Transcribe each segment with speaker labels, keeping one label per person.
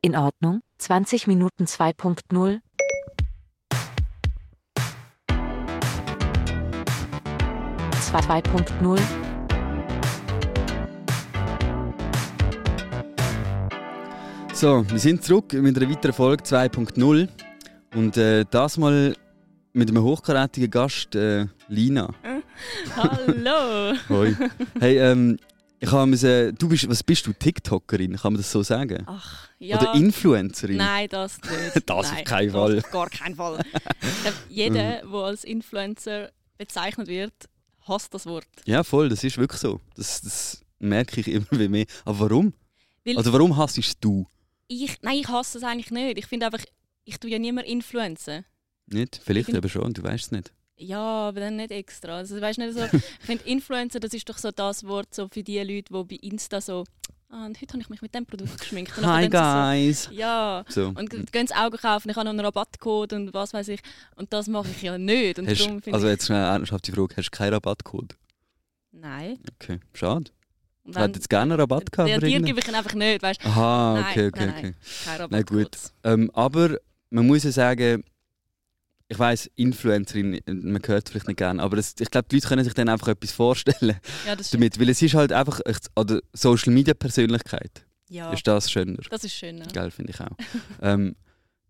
Speaker 1: In Ordnung, 20 Minuten 2.0. Zwar 2.0.
Speaker 2: So, wir sind zurück mit einer weiteren Folge 2.0 und äh, das mal mit einem hochkarätigen Gast, äh, Lina.
Speaker 3: Hallo!
Speaker 2: Hoi. Hey, ähm, ich habe müssen, du bist, was bist du, TikTokerin, kann man das so sagen?
Speaker 3: Ach, ja.
Speaker 2: Oder Influencerin?
Speaker 3: Nein, das nicht.
Speaker 2: Das auf
Speaker 3: Nein,
Speaker 2: keinen
Speaker 3: das
Speaker 2: Fall. Mhm.
Speaker 3: auf Gar keinen Fall. Ich glaub, Jeder, der als Influencer bezeichnet wird, hasst das Wort.
Speaker 2: Ja, voll, das ist wirklich so. Das, das merke ich immer wieder mehr. Aber warum?
Speaker 3: Weil-
Speaker 2: also warum hasst du
Speaker 3: Ich, nein, ich hasse es eigentlich nicht. Ich finde einfach, ich tue ja niemand Influencer.
Speaker 2: nicht? Vielleicht
Speaker 3: Ich bin-
Speaker 2: eben schon, du weißt es nicht.
Speaker 3: Ja, aber dann nicht extra. Also, weißt nicht so, ich finde, Influencer, das ist doch so das Wort so für die Leute, die bei Insta so, ah, und heute habe ich mich mit dem Produkt geschminkt. Und
Speaker 2: Hi
Speaker 3: nachher dann
Speaker 2: guys!
Speaker 3: So, ja.
Speaker 2: So.
Speaker 3: Und g- gehen sie Augen kaufen, ich habe noch einen Rabattcode und was weiß ich. Und das mache ich ja nicht. Und
Speaker 2: Hast,
Speaker 3: darum finde
Speaker 2: also jetzt schnell eine ernsthafte Frage, hast du keinen Rabattcode?
Speaker 3: ich, nein.
Speaker 2: Okay, schade.
Speaker 3: Und
Speaker 2: Ich hätte jetzt gerne einen Rabatt gehabt.
Speaker 3: ja,
Speaker 2: für
Speaker 3: dir
Speaker 2: irgendeinen.
Speaker 3: gebe ich ihn einfach nicht, weißt
Speaker 2: Aha,
Speaker 3: Nein,
Speaker 2: okay, okay,
Speaker 3: nein,
Speaker 2: okay.
Speaker 3: du, kein
Speaker 2: Na
Speaker 3: Rabatt.
Speaker 2: gut. Ähm, aber man muss ja sagen, ich weiß Influencerin, man hört vielleicht nicht gerne, aber es, ich glaube, die Leute können sich dann einfach etwas vorstellen
Speaker 3: Ja, das ist,
Speaker 2: damit, weil es ist halt einfach echt- oder Social Media Persönlichkeit.
Speaker 3: ja,
Speaker 2: Ist das schöner?
Speaker 3: das ist schön. Ja.
Speaker 2: Geil finde ich auch. ähm,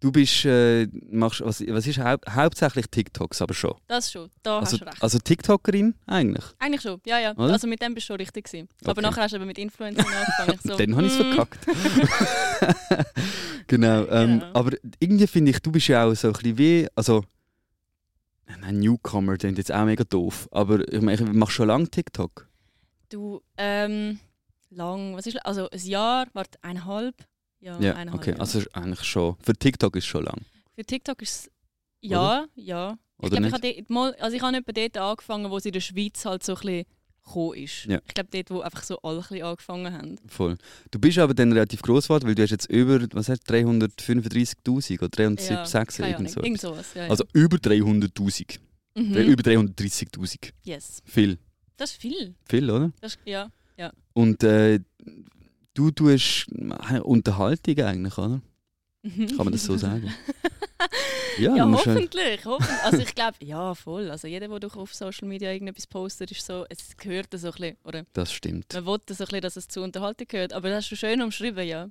Speaker 2: du bist äh, machst was, was ist hau hauptsächlich TikToks, aber schon.
Speaker 3: Das schon, da
Speaker 2: Also,
Speaker 3: Oh, hast du recht.
Speaker 2: also TikTokerin eigentlich.
Speaker 3: Eigentlich schon, ja, ja.
Speaker 2: Oder?
Speaker 3: Also mit dem bist du schon richtig gewesen. Aber
Speaker 2: Okay.
Speaker 3: nachher hast du eben mit Influencer angefangen. So,
Speaker 2: Dann habe ich es
Speaker 3: mm,
Speaker 2: verkackt. genau, ähm,
Speaker 3: Genau.
Speaker 2: Aber irgendwie finde ich, du bist ja auch so ein bisschen wie. Also, nein, Newcomer sind jetzt auch mega doof. Aber ich meine, ich mache schon lange TikTok.
Speaker 3: Du, ähm, lang, was ist, also ein Jahr, warte, eineinhalb? Ja,
Speaker 2: Ja,
Speaker 3: Oh, eineinhalb.
Speaker 2: okay.
Speaker 3: ja.
Speaker 2: Also ist eigentlich schon. Für TikTok ist schon lang.
Speaker 3: Für TikTok ist es, ja, ja. Ich
Speaker 2: Oder
Speaker 3: glaube, ich
Speaker 2: nicht?
Speaker 3: habe dort mal- also ich habe etwa dort angefangen, wo es in der Schweiz halt so ein bisschen gekommen ist.
Speaker 2: Ja.
Speaker 3: Ich glaube, dort, wo einfach so alle ein bisschen angefangen haben.
Speaker 2: Voll. Du bist aber dann relativ gross geworden, weil du hast jetzt über was hast, du, 335'000 oder 306
Speaker 3: keine
Speaker 2: oder
Speaker 3: Ahnung.
Speaker 2: irgend so.
Speaker 3: Irgend sowas. Ja, ja.
Speaker 2: Also über 300'000.
Speaker 3: mhm.
Speaker 2: Über 330'000.
Speaker 3: yes.
Speaker 2: Viel.
Speaker 3: Das ist viel.
Speaker 2: Viel, oder?
Speaker 3: Das ist, ja.
Speaker 2: Und äh, du tust äh, Unterhaltung eigentlich, oder? Kann man das so sagen? Ja,
Speaker 3: Mhm. ja,
Speaker 2: man muss schon-
Speaker 3: hoffentlich. hoffentlich. Also ich glaube, ja, voll. Also jeder, der doch auf Social Media irgendetwas postet, ist so, es gehört so ein bisschen, oder
Speaker 2: das stimmt.
Speaker 3: man will so ein bisschen, dass es zu Unterhaltung gehört. Aber das hast du schön umschrieben, ja.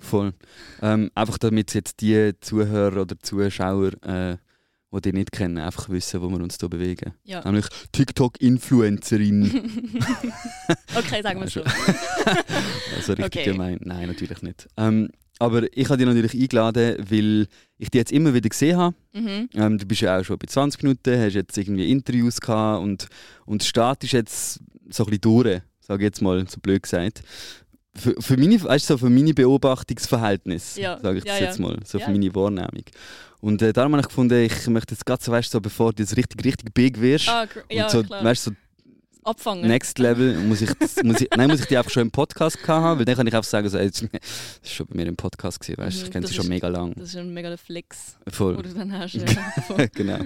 Speaker 2: Voll. Ähm, einfach damit jetzt die Zuhörer oder Zuschauer, äh, die dich nicht kennen, einfach wissen, wo wir uns hier bewegen.
Speaker 3: Ja.
Speaker 2: Nämlich TikTok-Influencerin.
Speaker 3: Okay, sagen wir es so.
Speaker 2: Also richtig
Speaker 3: Okay.
Speaker 2: gemein. Nein, natürlich nicht. Ähm, aber ich habe dich natürlich eingeladen, weil ich dich jetzt immer wieder gesehen habe.
Speaker 3: Mhm.
Speaker 2: Ähm, du bist ja auch schon bei 20 Minuten, hast jetzt irgendwie Interviews gehabt und, und der Start ist jetzt so ein bisschen durch, sage ich jetzt mal so blöd gesagt. Für, für, meine, weißt, du, so für meine Beobachtungsverhältnis,
Speaker 3: Ja,
Speaker 2: sage ich
Speaker 3: ja,
Speaker 2: das
Speaker 3: ja.
Speaker 2: jetzt mal, so
Speaker 3: Ja.
Speaker 2: für meine Wahrnehmung. Und äh, darum habe ich gefunden, ich möchte jetzt gerade so, weißt, du, so bevor du jetzt richtig, richtig big wirst
Speaker 3: Ah, gr- ja,
Speaker 2: und so,
Speaker 3: klar.
Speaker 2: weißt, du, so
Speaker 3: Abfangen.
Speaker 2: next level, muss ich, das- muss ich, nein, muss ich die einfach schon im Podcast gehabt haben, weil dann kann ich einfach sagen, so, ey, das war schon bei mir im Podcast, gewesen, weißt, du, ich
Speaker 3: Mhm,
Speaker 2: kenne sie
Speaker 3: das
Speaker 2: schon
Speaker 3: ist-
Speaker 2: mega lang.
Speaker 3: Das ist ein mega Flex,
Speaker 2: Voll.
Speaker 3: den du dann hast. Ja.
Speaker 2: genau.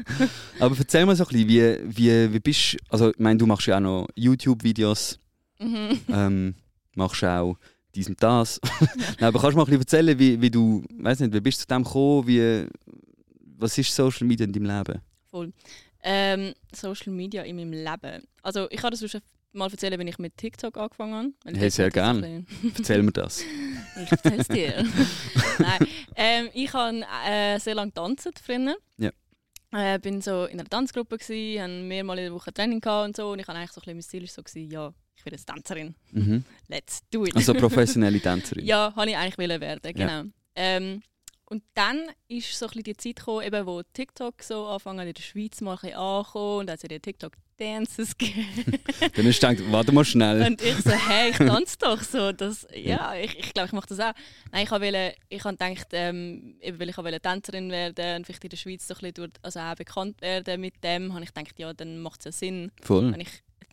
Speaker 2: Aber erzähl mal so ein bisschen, wie, wie, wie bist also ich meine, du machst ja auch noch YouTube-Videos,
Speaker 3: Mhm.
Speaker 2: ähm, machst auch dies und das. Nein, aber kannst du mal ein bisschen erzählen, wie, wie du, weiß nicht, wie bist du zu dem gekommen, wie, was ist Social Media in deinem Leben?
Speaker 3: ähm, Social Media in meinem Leben. Also ich kann das sonst mal erzählen, wenn ich mit TikTok angefangen habe. Weil
Speaker 2: Hey,
Speaker 3: dort
Speaker 2: sehr
Speaker 3: hat das ein
Speaker 2: gern.
Speaker 3: bisschen-
Speaker 2: Erzähl mir das.
Speaker 3: Ich erzähl's dir. Nein, ähm, ich habe äh, sehr lange getanzt früher.
Speaker 2: Ja.
Speaker 3: Äh, bin so in einer Tanzgruppe gsi, habe mehrmals in der Woche Training gehabt und so und ich habe eigentlich so ein bisschen mein Ziel ist so gewesen, ja, ich werde jetzt Tänzerin.
Speaker 2: Mhm.
Speaker 3: Let's do it.
Speaker 2: Also professionelle Tänzerin.
Speaker 3: ja, habe ich eigentlich wollen werden, genau.
Speaker 2: Ja.
Speaker 3: Ähm, und dann ist so ein bisschen die Zeit gekommen, eben, wo TikTok so anfangen in der Schweiz mal ein bisschen ankommen und dann hat es ja die TikTok Dances gegeben.
Speaker 2: Dann hast du gedacht, warte mal schnell.
Speaker 3: Und ich so, hey, ich tanze doch so. Das, ja, ich glaube, ich, glaub, ich mache das auch. Nein, ich habe ich hab gedacht, ähm, eben weil ich auch wollte Tänzerin werden und vielleicht in der Schweiz so ein bisschen durch, also auch bekannt werden mit dem, habe ich gedacht, ja, dann macht es ja Sinn,
Speaker 2: Voll.
Speaker 3: wenn ich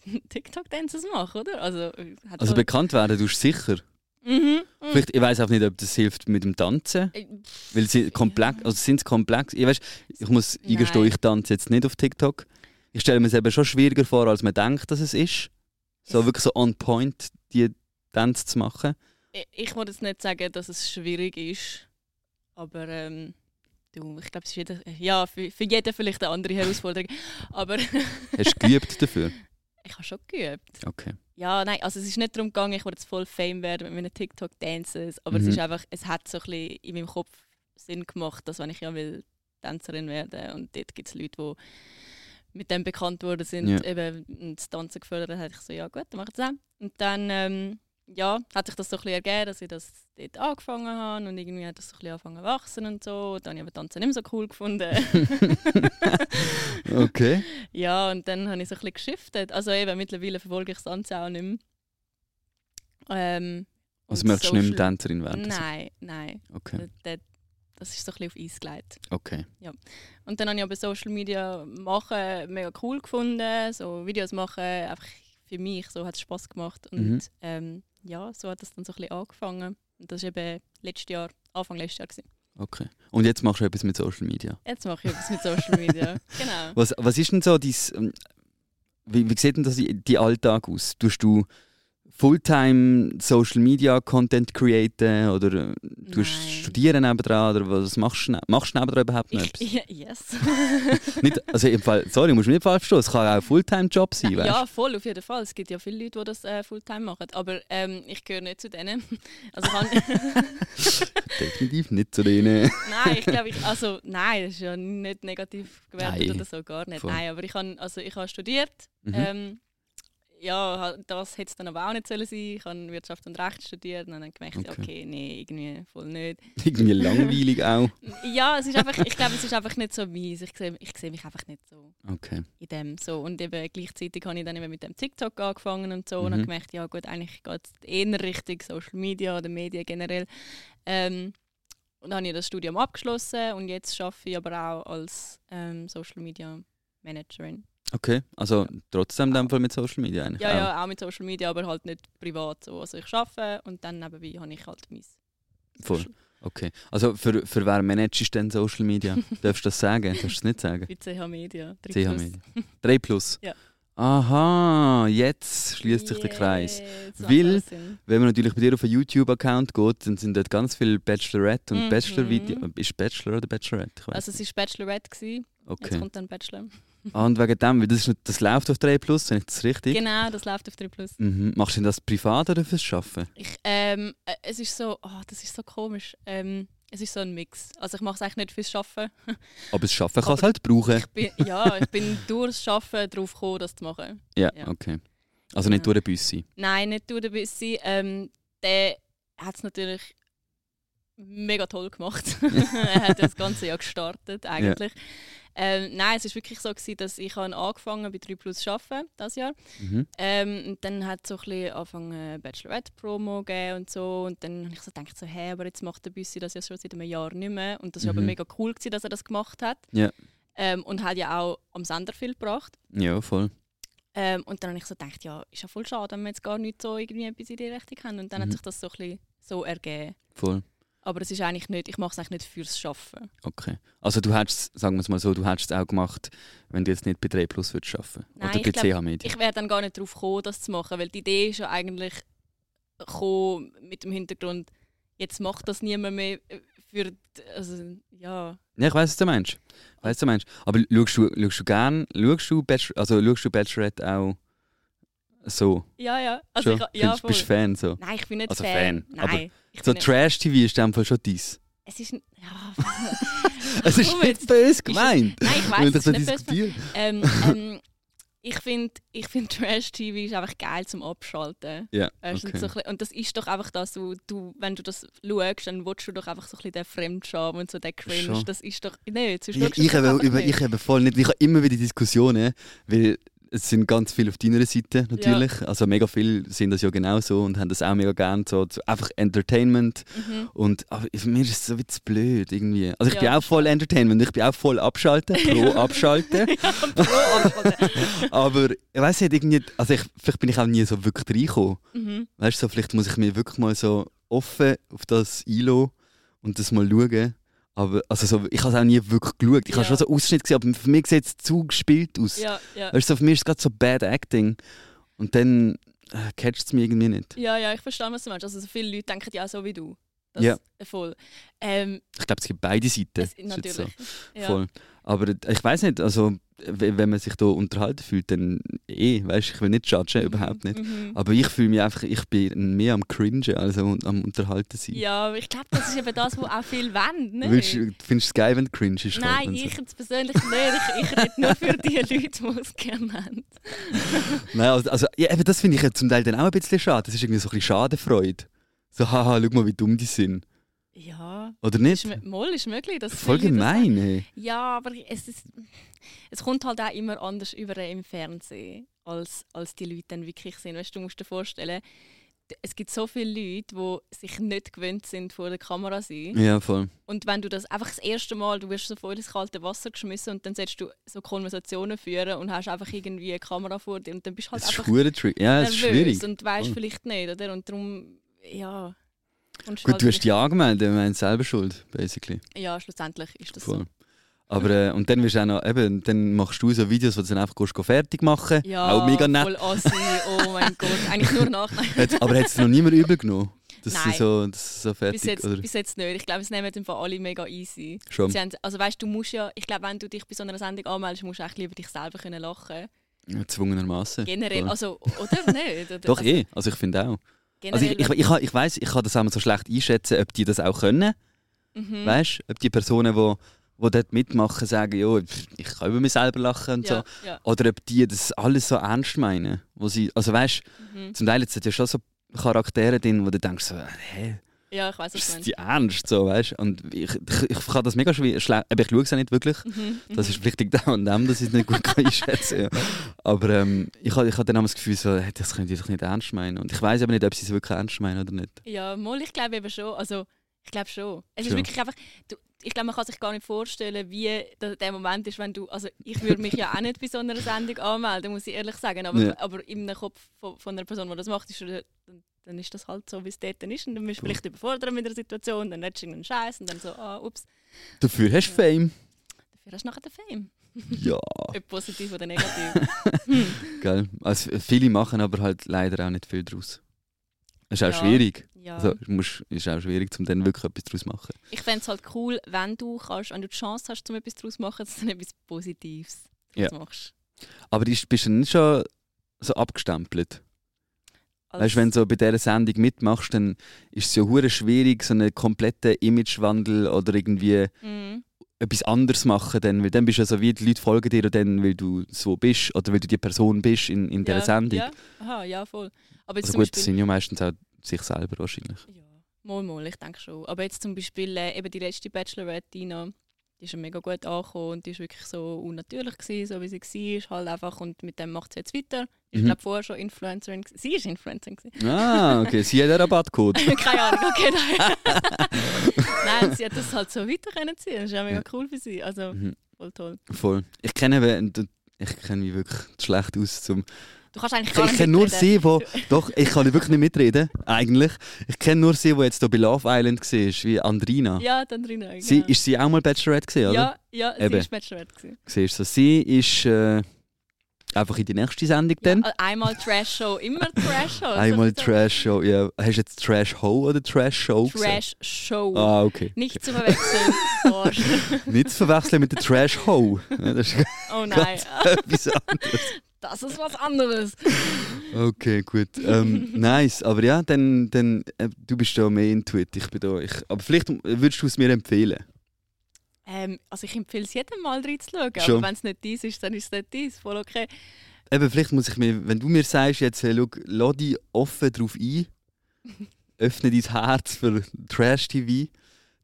Speaker 3: TikTok-Dances mache, oder? Also, äh, hat
Speaker 2: Also
Speaker 3: so-
Speaker 2: bekannt werden tust du sicher.
Speaker 3: mhm.
Speaker 2: Vielleicht, ich weiß auch nicht, ob das hilft mit dem Tanzen.
Speaker 3: Äh,
Speaker 2: Weil sie komplex, also sind sie komplex. Ich, weiss, ich muss
Speaker 3: Nein.
Speaker 2: eingestehen, ich tanze jetzt nicht auf TikTok. Ich stelle mir es eben schon schwieriger vor, als man denkt, dass es ist. So wirklich so on point, die Tänze zu machen.
Speaker 3: ich- äh, ich würde jetzt nicht sagen, dass es schwierig ist, aber ähm, du, ich glaube, es ist jeder, ja, für, für jeden vielleicht eine andere Herausforderung. Aber ich
Speaker 2: Hast du geübt dafür?
Speaker 3: habe schon geübt.
Speaker 2: Okay.
Speaker 3: Ja, nein, also es ist nicht darum gegangen, ich würde jetzt voll Fame werden mit meinen TikTok-Dances, aber es
Speaker 2: Mhm.
Speaker 3: ist einfach, es hat so ein bisschen in meinem Kopf Sinn gemacht, dass wenn ich ja will Tänzerin werden und dort gibt es Leute, die mit dem bekannt worden sind,
Speaker 2: Ja.
Speaker 3: eben das Tanzen gefördert haben, ich so, ja gut, dann mache ich das auch. Und dann, ähm, ja, hat sich das so ein bisschen ergeben, dass ich das dort angefangen habe und irgendwie hat das so ein bisschen angefangen zu wachsen und so. Und dann habe ich aber Tanzen nicht mehr so cool gefunden.
Speaker 2: Okay.
Speaker 3: Ja, und dann habe ich so ein bisschen geschiftet. Also eben, mittlerweile verfolge ich das Ganze auch nicht mehr. Ähm,
Speaker 2: Also
Speaker 3: und
Speaker 2: möchtest du nicht mehr
Speaker 3: Social-
Speaker 2: Tänzerin werden?
Speaker 3: Nein, nein.
Speaker 2: Okay.
Speaker 3: Das, das ist so ein bisschen auf Eis gelegt.
Speaker 2: okay.
Speaker 3: Und dann habe ich aber Social Media machen mega cool gefunden. So Videos machen, einfach für mich, so hat es Spass gemacht. Und
Speaker 2: Mhm.
Speaker 3: ähm, ja, so hat das dann so ein bisschen angefangen. Und das war eben letztes Jahr, Anfang letztes Jahr. Gewesen.
Speaker 2: Okay. Und jetzt machst du etwas mit Social Media.
Speaker 3: Jetzt mache ich etwas mit Social Media. genau.
Speaker 2: Was, was ist denn so dein. ähm, Wie, wie sieht denn das dein Alltag aus? Tust du Fulltime Social Media Content createn oder äh, tust
Speaker 3: Nein.
Speaker 2: studieren nebendran oder was machst du, ne- machst du nebendran überhaupt noch etwas?
Speaker 3: Ich, ja, yes.
Speaker 2: Nicht, also im Fall, sorry, musst du mich nicht falsch verstehen, es kann auch ein Fulltime-Job sein, weißt
Speaker 3: Ja, voll, auf jeden Fall. Es gibt ja viele Leute, die das äh, Fulltime machen. Aber ähm, ich gehöre nicht zu denen. Also kann,
Speaker 2: du? Definitiv nicht zu denen.
Speaker 3: nein, ich glaube, ich, also nein, das ist ja nicht negativ gewertet
Speaker 2: Nein.
Speaker 3: oder so, gar nicht.
Speaker 2: Voll.
Speaker 3: Nein, aber ich habe also ich habe studiert.
Speaker 2: Mhm.
Speaker 3: Ähm, ja, ha- das hätte es dann aber auch nicht sollen sein. Ich habe Wirtschaft und Recht studiert und dann habe ich gemerkt,
Speaker 2: Okay.
Speaker 3: okay, nee, irgendwie voll nicht.
Speaker 2: Irgendwie langweilig auch.
Speaker 3: Ja, es ist einfach, ich glaube, es ist einfach nicht so meins. Ich sehe ich sehe mich einfach nicht so
Speaker 2: Okay.
Speaker 3: in dem so und eben gleichzeitig habe ich dann eben mit dem TikTok angefangen und so und
Speaker 2: Mhm.
Speaker 3: habe gemerkt ja gut eigentlich geht es eher Richtung Social Media oder Medien generell ähm, und dann habe ich das Studium abgeschlossen und jetzt arbeite ich aber auch als ähm, Social Media Managerin
Speaker 2: Okay. Also trotzdem in dem Fall mit Social Media eigentlich.
Speaker 3: ja
Speaker 2: auch.
Speaker 3: ja auch mit Social Media aber halt nicht privat so also ich arbeite und dann nebenbei habe ich halt mein
Speaker 2: Voll. Okay. Also für, für wer managst du denn Social Media? Darfst du das sagen? Darfst du es nicht sagen?
Speaker 3: bei CH Media Drei
Speaker 2: CH
Speaker 3: Plus.
Speaker 2: Media. 3 plus.
Speaker 3: Ja.
Speaker 2: Aha, jetzt schließt sich der Kreis.
Speaker 3: Yes, macht
Speaker 2: Weil-
Speaker 3: alles Sinn.
Speaker 2: Wenn man natürlich bei dir auf einen YouTube-Account geht, dann sind dort ganz viele Bachelorette und
Speaker 3: Mhm.
Speaker 2: Bachelor-Videos. Ist Bachelor oder Bachelorette? Ich weiss
Speaker 3: also es war Bachelorette gewesen.
Speaker 2: nicht. okay.
Speaker 3: jetzt kommt dann Bachelor
Speaker 2: Ah, und wegen dem, weil das, ist, nicht- das läuft auf 3 Plus, wenn ich das richtig.
Speaker 3: genau das läuft auf 3 Plus
Speaker 2: Mhm. Machst du denn das privat oder fürs Arbeiten?
Speaker 3: Ich, ähm, äh, es ist so, ah, das ist so komisch. Ähm, es ist so ein Mix. Also ich mache es eigentlich nicht fürs Schaffen.
Speaker 2: Aber das Schaffen kann es
Speaker 3: Aber-
Speaker 2: halt brauchen.
Speaker 3: Ich bin, ja, ich bin durchs Schaffen drauf gekommen, das zu machen.
Speaker 2: Ja,
Speaker 3: Ja.
Speaker 2: okay. Also nicht
Speaker 3: Ja.
Speaker 2: durch den Büssi.
Speaker 3: Nein, nicht durch den Bissi. Ähm, der hat es natürlich mega toll gemacht. er hat das ganze Jahr gestartet eigentlich. Ähm, nein, es ist wirklich so gewesen, dass ich habe angefangen bei 3 Plus zu arbeiten, das Jahr.
Speaker 2: Mhm.
Speaker 3: Ähm, und dann hat es so ein bisschen angefangen, Bachelorette-Promo gegeben und so. Und dann habe ich so gedacht, so, hey, aber jetzt macht der Büssi das ja schon seit einem Jahr nicht mehr. Und das war aber
Speaker 2: Mhm.
Speaker 3: mega cool, gewesen, dass er das gemacht hat.
Speaker 2: Ja.
Speaker 3: Ähm, und hat ja auch am Sender viel gebracht.
Speaker 2: Ja, voll.
Speaker 3: Ähm, und dann habe ich so gedacht, ja, ist ja voll schade, wenn wir jetzt gar nicht so irgendwie etwas in die Richtung haben. Und dann
Speaker 2: Mhm.
Speaker 3: hat sich das so ein bisschen so ergeben.
Speaker 2: Voll.
Speaker 3: Aber es ist eigentlich nicht, ich mache es eigentlich nicht fürs Schaffen.
Speaker 2: Okay. Also du hättest, es- sagen wir es mal so, du hättest es auch gemacht, wenn du jetzt nicht bei 3 Plus würdest arbeiten.
Speaker 3: Nein,
Speaker 2: oder
Speaker 3: ich
Speaker 2: bei
Speaker 3: glaub,
Speaker 2: CH Media.
Speaker 3: Ich wäre dann gar nicht darauf gekommen, das zu machen, weil die Idee ist ja eigentlich gekommen mit dem Hintergrund, jetzt macht das niemand mehr äh, für die, also ja.
Speaker 2: Ja, ich weiss, was du meinst. Ich weiss, was du meinst. Aber schaust du, schaust du gern, schaust du, Bachelor, also schaust du Bachelorette auch so?
Speaker 3: Ja, ja. Also
Speaker 2: Schon?
Speaker 3: ich, ja,
Speaker 2: Findest-
Speaker 3: voll.
Speaker 2: bist du Fan so?
Speaker 3: Nein, ich bin nicht
Speaker 2: Also
Speaker 3: Fan.
Speaker 2: Fan, aber
Speaker 3: Nein. Ich
Speaker 2: So
Speaker 3: bin nicht,
Speaker 2: Trash-TV ist in dem Fall schon dies.
Speaker 3: es ist n- ja,
Speaker 2: Es ist
Speaker 3: Komm
Speaker 2: nicht
Speaker 3: jetzt.
Speaker 2: böse gemeint.
Speaker 3: Nein, ich
Speaker 2: Weil
Speaker 3: weiß
Speaker 2: das
Speaker 3: es
Speaker 2: so
Speaker 3: ist nicht böse.
Speaker 2: diskutiert.
Speaker 3: Ähm, ähm, ich finde ich find Trash TV ist einfach geil zum Abschalten.
Speaker 2: Ja,
Speaker 3: Weißt du,
Speaker 2: okay.
Speaker 3: und, so ein bisschen- und das ist doch einfach das, du, du, wenn du das schaust, dann willst du doch einfach so ein bisschen den Fremdscham und so den Cringe.
Speaker 2: Schon.
Speaker 3: Das ist doch. Nein, sonst schaust
Speaker 2: Ich,
Speaker 3: du
Speaker 2: ich,
Speaker 3: das
Speaker 2: habe,
Speaker 3: einfach
Speaker 2: über,
Speaker 3: nicht.
Speaker 2: ich habe voll nicht. Ich habe immer wieder Diskussionen, weil es sind ganz viele auf deiner Seite natürlich. Also mega viele sind das ja genauso und haben das auch mega gern so, so einfach Entertainment.
Speaker 3: Mhm.
Speaker 2: Und aber für mich ist es so wie zu blöd irgendwie. Also ich
Speaker 3: Ja,
Speaker 2: bin auch voll Entertainment, ich bin auch voll abschalten, pro abschalten.
Speaker 3: Ja, pro Abschalten.
Speaker 2: aber ich weiß nicht irgendwie. Also ich, vielleicht bin ich auch nie so wirklich reingekommen.
Speaker 3: mhm.
Speaker 2: Weißt du, so, vielleicht muss ich mir wirklich mal so offen auf das einlassen und das mal schauen. Aber also so, ich habe es auch nie wirklich geschaut. Ich habe
Speaker 3: Ja.
Speaker 2: schon so Ausschnitte gesehen, aber für mich sieht es zu gespielt aus.
Speaker 3: Ja, ja.
Speaker 2: Weißt du, so, für mich ist es gerade so Bad Acting. Und dann äh, catcht es mich irgendwie nicht.
Speaker 3: Ja, ja, ich verstehe, was du meinst. Also so viele Leute denken ja auch so wie du. Das
Speaker 2: Ja.
Speaker 3: Voll. Ähm,
Speaker 2: Ich glaube, es gibt beide Seiten.
Speaker 3: es,
Speaker 2: Ist jetzt
Speaker 3: natürlich.
Speaker 2: so.
Speaker 3: Ja.
Speaker 2: Voll. Aber ich weiß nicht, also w- wenn man sich da unterhalten fühlt, dann eh, weißt ich will nicht judgen, überhaupt nicht. Also,
Speaker 3: Mhm.
Speaker 2: Aber ich fühle mich einfach, ich bin mehr am Cringen als am, am Unterhalten sein.
Speaker 3: Ja, aber ich glaube, das ist eben das, was auch viele wollen. Ne?
Speaker 2: Willst, findest du es geil, wenn du cringe ist?
Speaker 3: Nein,
Speaker 2: Carmen? So.
Speaker 3: ich jetzt persönlich nicht. Ich, ich rede nur für die Leute, die es gerne haben.
Speaker 2: Nein, also, also ja, eben das finde ich ja zum Teil dann auch ein bisschen schade. Das ist irgendwie so ein bisschen Schadenfreude. So, haha, schau mal, wie dumm die sind.
Speaker 3: Ja,
Speaker 2: Oder nicht?
Speaker 3: ist, mö- mal ist möglich. Dass
Speaker 2: Voll
Speaker 3: viele das sagen.
Speaker 2: gemein, hey.
Speaker 3: Ja, aber es, ist, es kommt halt auch immer anders über im Fernsehen, als, als die Leute dann wirklich sind. Weißt, du du musst dir vorstellen, d- es gibt so viele Leute, die sich nicht gewöhnt sind, vor der Kamera zu sein.
Speaker 2: Ja, voll.
Speaker 3: Und wenn du das einfach das erste Mal, du wirst so voll ins kalte Wasser geschmissen und dann sollst du so Konversationen führen und hast einfach irgendwie eine Kamera vor dir und dann bist du halt
Speaker 2: Es ist
Speaker 3: einfach
Speaker 2: schwere Trick. Ja, es ist schwierig.
Speaker 3: nervös und weißt
Speaker 2: Voll.
Speaker 3: vielleicht nicht, oder? Und darum, ja. kommst
Speaker 2: Gut,
Speaker 3: halt
Speaker 2: du hast
Speaker 3: vielleicht-
Speaker 2: dich angemeldet, wir haben selber Schuld, basically.
Speaker 3: Ja, schlussendlich ist das
Speaker 2: Voll. Aber, äh, und dann wirst du auch noch, eben, dann machst du so Videos, die du dann einfach gehst, gehst fertig machen.
Speaker 3: so. Ja,
Speaker 2: auch mega nett.
Speaker 3: voll assi, oh mein Gott. Eigentlich nur nach. Nein,
Speaker 2: Hat, aber hat es noch niemand übel genommen? Dass
Speaker 3: Nein.
Speaker 2: sie so, dass sie so fertig
Speaker 3: bis, jetzt,
Speaker 2: oder
Speaker 3: bis jetzt nicht. Ich glaube, es nehmen einfach alle mega easy.
Speaker 2: schon.
Speaker 3: Sie haben, also weißt du, du musst ja, ich glaube, wenn du dich bei so einer Sendung anmeldest, musst du eigentlich über dich selber können lachen.
Speaker 2: Zwungenermaßen.
Speaker 3: Generell, also, oder nicht? Oder,
Speaker 2: Doch
Speaker 3: also,
Speaker 2: eh, also ich finde auch. Also
Speaker 3: generell,
Speaker 2: ich, ich, ich, ich weiß, ich kann das auch immer so schlecht einschätzen, ob die das auch können.
Speaker 3: Mhm.
Speaker 2: Weißt ob die Personen, die wo dort mitmachen, sagen, jo, pff, ich kann über mich selber lachen und
Speaker 3: ja,
Speaker 2: so.
Speaker 3: ja.
Speaker 2: Oder ob die das alles so ernst meinen. Wo sie, also weißt
Speaker 3: Mhm.
Speaker 2: zum Teil jetzt hat ja schon so Charaktere drin, wo du denkst, so, hä,
Speaker 3: ja, ich weiß, was
Speaker 2: ist das
Speaker 3: du
Speaker 2: die ernst? So, weißt? Und ich, ich, ich kann das mega schwer, schlecht, aber ich schaue es auch nicht wirklich.
Speaker 3: meinst. Mhm.
Speaker 2: Das ist vielleicht da und dem, dass ich es nicht gut kann einschätzen kann. Ja. Aber ähm, ich habe ich hab dann auch das Gefühl, so, hey, das können die doch nicht ernst meinen. Und ich weiß aber nicht, ob sie es wirklich ernst meinen oder nicht.
Speaker 3: Ja, mal, ich glaube eben schon. Also, ich glaube schon. Es ist
Speaker 2: Schon.
Speaker 3: wirklich einfach. Du, ich glaube, man kann sich gar nicht vorstellen, wie da- der Moment ist, wenn du. Also, ich würde mich ja auch nicht bei so einer Sendung anmelden, muss ich ehrlich sagen. Aber,
Speaker 2: Ja.
Speaker 3: aber im Kopf von, von einer Person, die das macht, ist, äh, dann, dann ist das halt so, wie es dort dann ist. Und dann bist du
Speaker 2: Voll.
Speaker 3: vielleicht überfordert mit der Situation, dann hättest du irgendeinen Scheiß und dann so, ah, ups,
Speaker 2: Dafür hast du Fame.
Speaker 3: dafür hast du nachher den Fame.
Speaker 2: Ja.
Speaker 3: Ob positiv oder negativ.
Speaker 2: Gell? Also, viele machen aber halt leider auch nicht viel draus. Ist auch
Speaker 3: Ja.
Speaker 2: schwierig.
Speaker 3: Ja.
Speaker 2: Also, es muss, ist auch schwierig, um dann wirklich etwas draus zu machen.
Speaker 3: Ich fände es halt cool, wenn du kannst, wenn du die Chance hast, um etwas daraus zu machen, dass du dann etwas Positives
Speaker 2: Ja.
Speaker 3: draus machst.
Speaker 2: Aber ist, bist du nicht schon so abgestempelt? Weißt du, wenn du so bei dieser Sendung mitmachst, dann ist es ja hure schwierig, so einen kompletten Imagewandel oder irgendwie
Speaker 3: Mhm.
Speaker 2: etwas anderes machen. Dann, weil dann bist du ja so wie die Leute folgen dir und dann, weil du so bist oder weil du die Person bist in, in dieser
Speaker 3: ja,
Speaker 2: Sendung.
Speaker 3: Ja. Aha, ja, voll. Aber jetzt
Speaker 2: Also
Speaker 3: zum
Speaker 2: gut, das
Speaker 3: Beispiel.
Speaker 2: sind ja meistens auch sich selber wahrscheinlich.
Speaker 3: Ja, mal, mal, ich denke schon. Aber jetzt zum Beispiel äh, eben die letzte Bachelorette, Dina, die ist ja mega gut angekommen und die ist wirklich so unnatürlich gewesen, so wie sie war. Halt einfach, und mit dem macht sie jetzt weiter. Ich
Speaker 2: Mhm.
Speaker 3: glaube, vorher schon Influencerin. gewesen. Sie ist Influencerin. gewesen.
Speaker 2: Ah, okay, sie hat einen Rabattcode.
Speaker 3: Keine Ahnung, okay, nein. nein, sie hat das halt so weiterziehen. Das ist ja mega cool für sie. Also,
Speaker 2: Mhm.
Speaker 3: voll toll.
Speaker 2: Voll. Ich kenne eben- und- und ich kenne mich wirklich zu schlecht aus zum.
Speaker 3: Du kannst eigentlich
Speaker 2: Ich,
Speaker 3: gar
Speaker 2: ich
Speaker 3: nicht
Speaker 2: kenne nur
Speaker 3: mitreden.
Speaker 2: sie, wo doch ich kann wirklich nicht mitreden eigentlich. Ich kenne nur sie, wo jetzt hier bei Love Island war, wie Andrina.
Speaker 3: Ja, dann drinnen. Genau.
Speaker 2: Sie, ist sie auch mal Bachelorette gewesen, oder?
Speaker 3: Ja, ja, sie
Speaker 2: Eben.
Speaker 3: ist Bachelorette. gewesen.
Speaker 2: Siehst du, so, sie ist äh, einfach in die nächste Sendung dann.
Speaker 3: Ja, einmal Trash-Show, immer Trash-Show.
Speaker 2: Einmal
Speaker 3: sozusagen.
Speaker 2: Trash-Show. Ja. Hast du jetzt Trash-Ho oder Trash-Show gesagt?
Speaker 3: Trash-Show.
Speaker 2: Ah, okay.
Speaker 3: Nicht zu verwechseln. Gosh.
Speaker 2: Nicht zu verwechseln mit der Trash-Ho. Ja, Das ist
Speaker 3: Oh nein,
Speaker 2: etwas anderes.
Speaker 3: das ist was anderes.
Speaker 2: Okay, gut. Ähm, nice. Aber ja, dann, dann äh, du bist da mehr intuit. Ich bin da. Ich, aber vielleicht würdest du es mir empfehlen.
Speaker 3: Ähm, also ich empfehle es jedem mal reinzuschauen,
Speaker 2: Schon.
Speaker 3: aber wenn es nicht dies ist, dann ist es nicht dies. Voll okay.
Speaker 2: Eben, vielleicht muss ich mir, wenn du mir sagst, jetzt, hey, schau, lass dich offen drauf ein, öffne dein Herz für Trash-TV,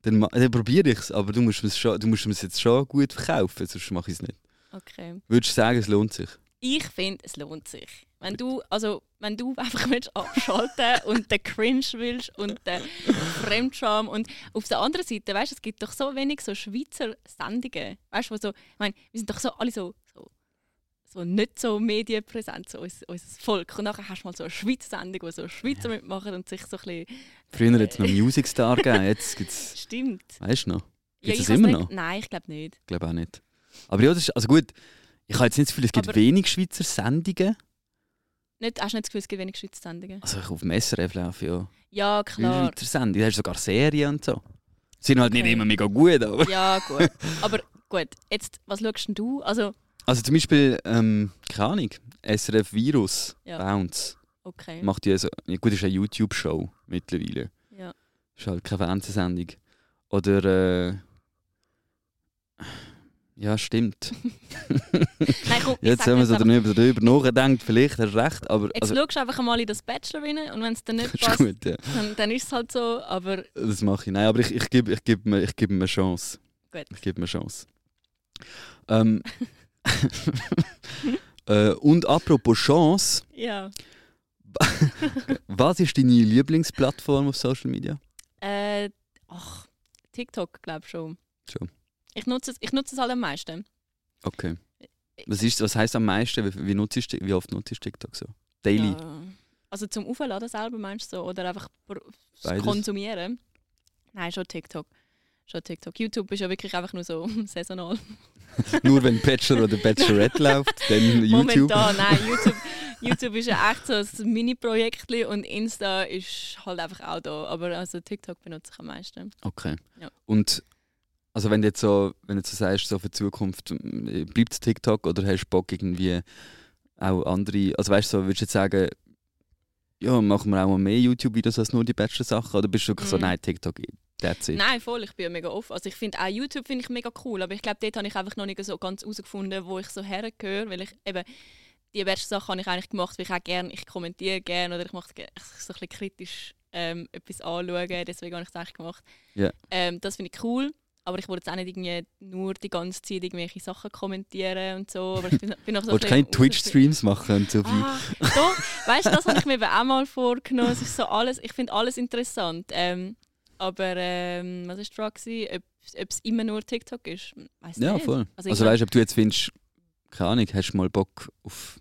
Speaker 2: dann, ma- dann probiere ich es. Aber du musst es schon- du musst mir es jetzt schon gut verkaufen, sonst mache ich es nicht.
Speaker 3: okay.
Speaker 2: Würdest du sagen, es lohnt sich?
Speaker 3: Ich finde, es lohnt sich. Wenn du, also, wenn du einfach willst abschalten und den Cringe willst und den Fremdscham und auf der anderen Seite, weißt du, es gibt doch so wenig so Schweizer Sendungen, weißt du, wo so, ich meine, wir sind doch so alle so, so, so nicht so medienpräsent, so unser, unser Volk. Und nachher hast du mal so eine Schweizer Sendung, wo so Schweizer mitmachen und sich so ein bisschen,
Speaker 2: Früher hat es noch Music Star gegeben, jetzt gibt es.
Speaker 3: stimmt.
Speaker 2: Weißt du noch? Gibt's
Speaker 3: ich
Speaker 2: das
Speaker 3: weiß
Speaker 2: immer
Speaker 3: nicht,
Speaker 2: noch?
Speaker 3: Nein, ich glaube nicht.
Speaker 2: Ich glaube auch nicht. Aber ja, das ist, also gut, ich habe jetzt nicht das Gefühl, es gibt
Speaker 3: Aber-
Speaker 2: wenig Schweizer Sendungen.
Speaker 3: Nicht, hast du nicht das Gefühl, es gibt wenig Schweizer Sendungen?
Speaker 2: Also ich auf Messer laufe ja.
Speaker 3: Ja, klar.
Speaker 2: Schweizer Sendung. Da hast du sogar Serien und so. Sind halt nicht
Speaker 3: Okay.
Speaker 2: immer mega gut, aber.
Speaker 3: Ja, gut. Aber gut, jetzt, was schaust denn du? Also,
Speaker 2: Also zum Beispiel, ähm, keine Ahnung, SRF Virus,
Speaker 3: Ja.
Speaker 2: Bounce,
Speaker 3: okay.
Speaker 2: macht ja so, ja gut, ist eine YouTube-Show mittlerweile.
Speaker 3: Ja.
Speaker 2: Ist halt keine Fernsehsendung. Oder, äh, ja stimmt.
Speaker 3: Nein, komm, ich
Speaker 2: Jetzt
Speaker 3: sag
Speaker 2: haben wir
Speaker 3: jetzt
Speaker 2: so
Speaker 3: einfach,
Speaker 2: darüber, darüber nachgedacht, vielleicht hast du recht, aber
Speaker 3: jetzt
Speaker 2: also,
Speaker 3: schaust du einfach mal in das Bachelor rein und wenn es dann nicht
Speaker 2: ist
Speaker 3: passt,
Speaker 2: gut, ja.
Speaker 3: dann, dann ist es halt so. Aber
Speaker 2: Das mache ich. Nein, aber ich, ich gebe ich geb mir, ich geb mir eine Chance.
Speaker 3: Gut.
Speaker 2: Ich gebe mir eine Chance. Ähm, äh, und apropos Chance,
Speaker 3: ja.
Speaker 2: was ist deine Lieblingsplattform auf Social Media?
Speaker 3: Äh, ach, TikTok, glaube ich schon.
Speaker 2: Schon.
Speaker 3: Ich nutze es, ich nutze es halt am meisten.
Speaker 2: Okay. Was, ist, was heisst am meisten? Wie, wie, nutzt du, wie oft nutzt du TikTok so? Daily?
Speaker 3: Ja. Also zum Aufladen selber meinst du so? Oder einfach pro- das
Speaker 2: Beides.
Speaker 3: konsumieren? Nein, schon TikTok. Schon TikTok. YouTube ist ja wirklich einfach nur so saisonal.
Speaker 2: Nur wenn Bachelor oder Bachelorette läuft, dann YouTube.
Speaker 3: Momentan, nein, YouTube, YouTube ist ja echt so ein Mini-Projekt und Insta ist halt einfach auch da. Aber also TikTok benutze ich am meisten.
Speaker 2: Okay.
Speaker 3: Ja.
Speaker 2: Und also wenn du jetzt so, wenn du jetzt so sagst, so für die Zukunft äh, bleibt TikTok oder hast du Bock irgendwie auch andere, also weißt du, so, würdest du jetzt sagen, ja, machen wir auch mal mehr YouTube-Videos als nur die Bachelor-Sachen oder bist du wirklich so,
Speaker 3: Mhm.
Speaker 2: nein, TikTok, that's it?
Speaker 3: Nein, voll, ich bin ja mega offen. Also ich finde auch YouTube finde ich mega cool, aber ich glaube, dort habe ich einfach noch nicht so ganz herausgefunden, wo ich so hergehöre, weil ich eben die besten Sachen habe ich eigentlich gemacht, weil ich auch gerne, ich kommentiere gerne oder ich mache gerne- ich so ein bisschen kritisch ähm, etwas anschauen, deswegen habe ich das eigentlich gemacht.
Speaker 2: Ja.
Speaker 3: Ähm, das finde ich cool, aber ich wollte jetzt auch nicht irgendwie nur die ganze Zeit irgendwelche Sachen kommentieren und so, aber ich bin, bin noch so ein
Speaker 2: Wolltest du keine
Speaker 3: bisschen herausfinden-
Speaker 2: Twitch-Streams machen und so wie?
Speaker 3: Ah, doch, weißt du, das habe ich mir eben auch mal vorgenommen. Es ist so alles, ich finde alles interessant. Ähm, aber ähm, was war die Frage? gewesen? Ob es immer nur TikTok ist? Weiss
Speaker 2: Ja,
Speaker 3: nicht.
Speaker 2: voll.
Speaker 3: Also
Speaker 2: Also,
Speaker 3: ich
Speaker 2: also
Speaker 3: mein-
Speaker 2: weißt du, ob du jetzt findest, keine Ahnung, hast du mal Bock auf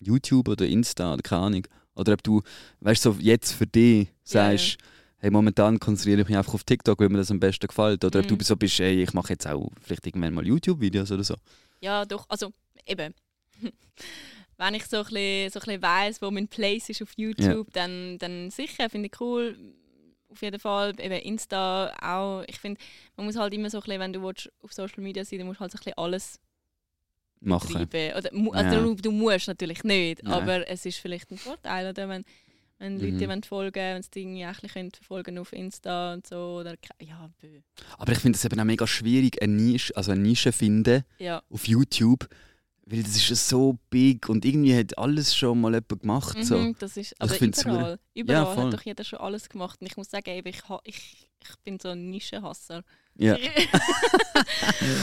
Speaker 2: YouTube oder Insta oder keine Ahnung. Oder ob du, weißt du, so jetzt für dich
Speaker 3: Ja, ja.
Speaker 2: sagst, hey, momentan konzentriere ich mich einfach auf TikTok, weil mir das am besten gefällt. Oder ob
Speaker 3: Mhm.
Speaker 2: du so bist, hey, ich mache jetzt auch vielleicht irgendwann mal YouTube-Videos oder so.
Speaker 3: Ja, doch. Also eben. Wenn ich so ein bisschen, so ein bisschen weiss, wo mein Place ist auf YouTube, dann, dann sicher, finde ich cool. Auf jeden Fall, eben Insta auch. Ich finde, man muss halt immer so ein bisschen, wenn du willst, auf Social Media sein dann musst du halt so ein bisschen alles
Speaker 2: Machen.
Speaker 3: treiben. Oder, mu- also
Speaker 2: Ja.
Speaker 3: du, du musst natürlich nicht,
Speaker 2: Nein.
Speaker 3: aber es ist vielleicht ein Vorteil, oder? wenn, wenn Leute
Speaker 2: Mhm.
Speaker 3: dir wollen folgen, wenn sie dich irgendwie auch ein bisschen verfolgen auf Insta und so. Oder, ke- ja, bö.
Speaker 2: Aber ich finde es eben auch mega schwierig, eine Nische, also eine Nische finden
Speaker 3: ja,
Speaker 2: auf YouTube, weil das ist ja so big und irgendwie hat alles schon mal jemand gemacht. So.
Speaker 3: mhm, das ist
Speaker 2: Also
Speaker 3: aber
Speaker 2: ich find's
Speaker 3: überall. Überall
Speaker 2: voll.
Speaker 3: hat doch jeder schon alles gemacht. Und ich muss sagen, eben, ich, ha- ich, ich bin so ein Nischenhasser.
Speaker 2: Ja.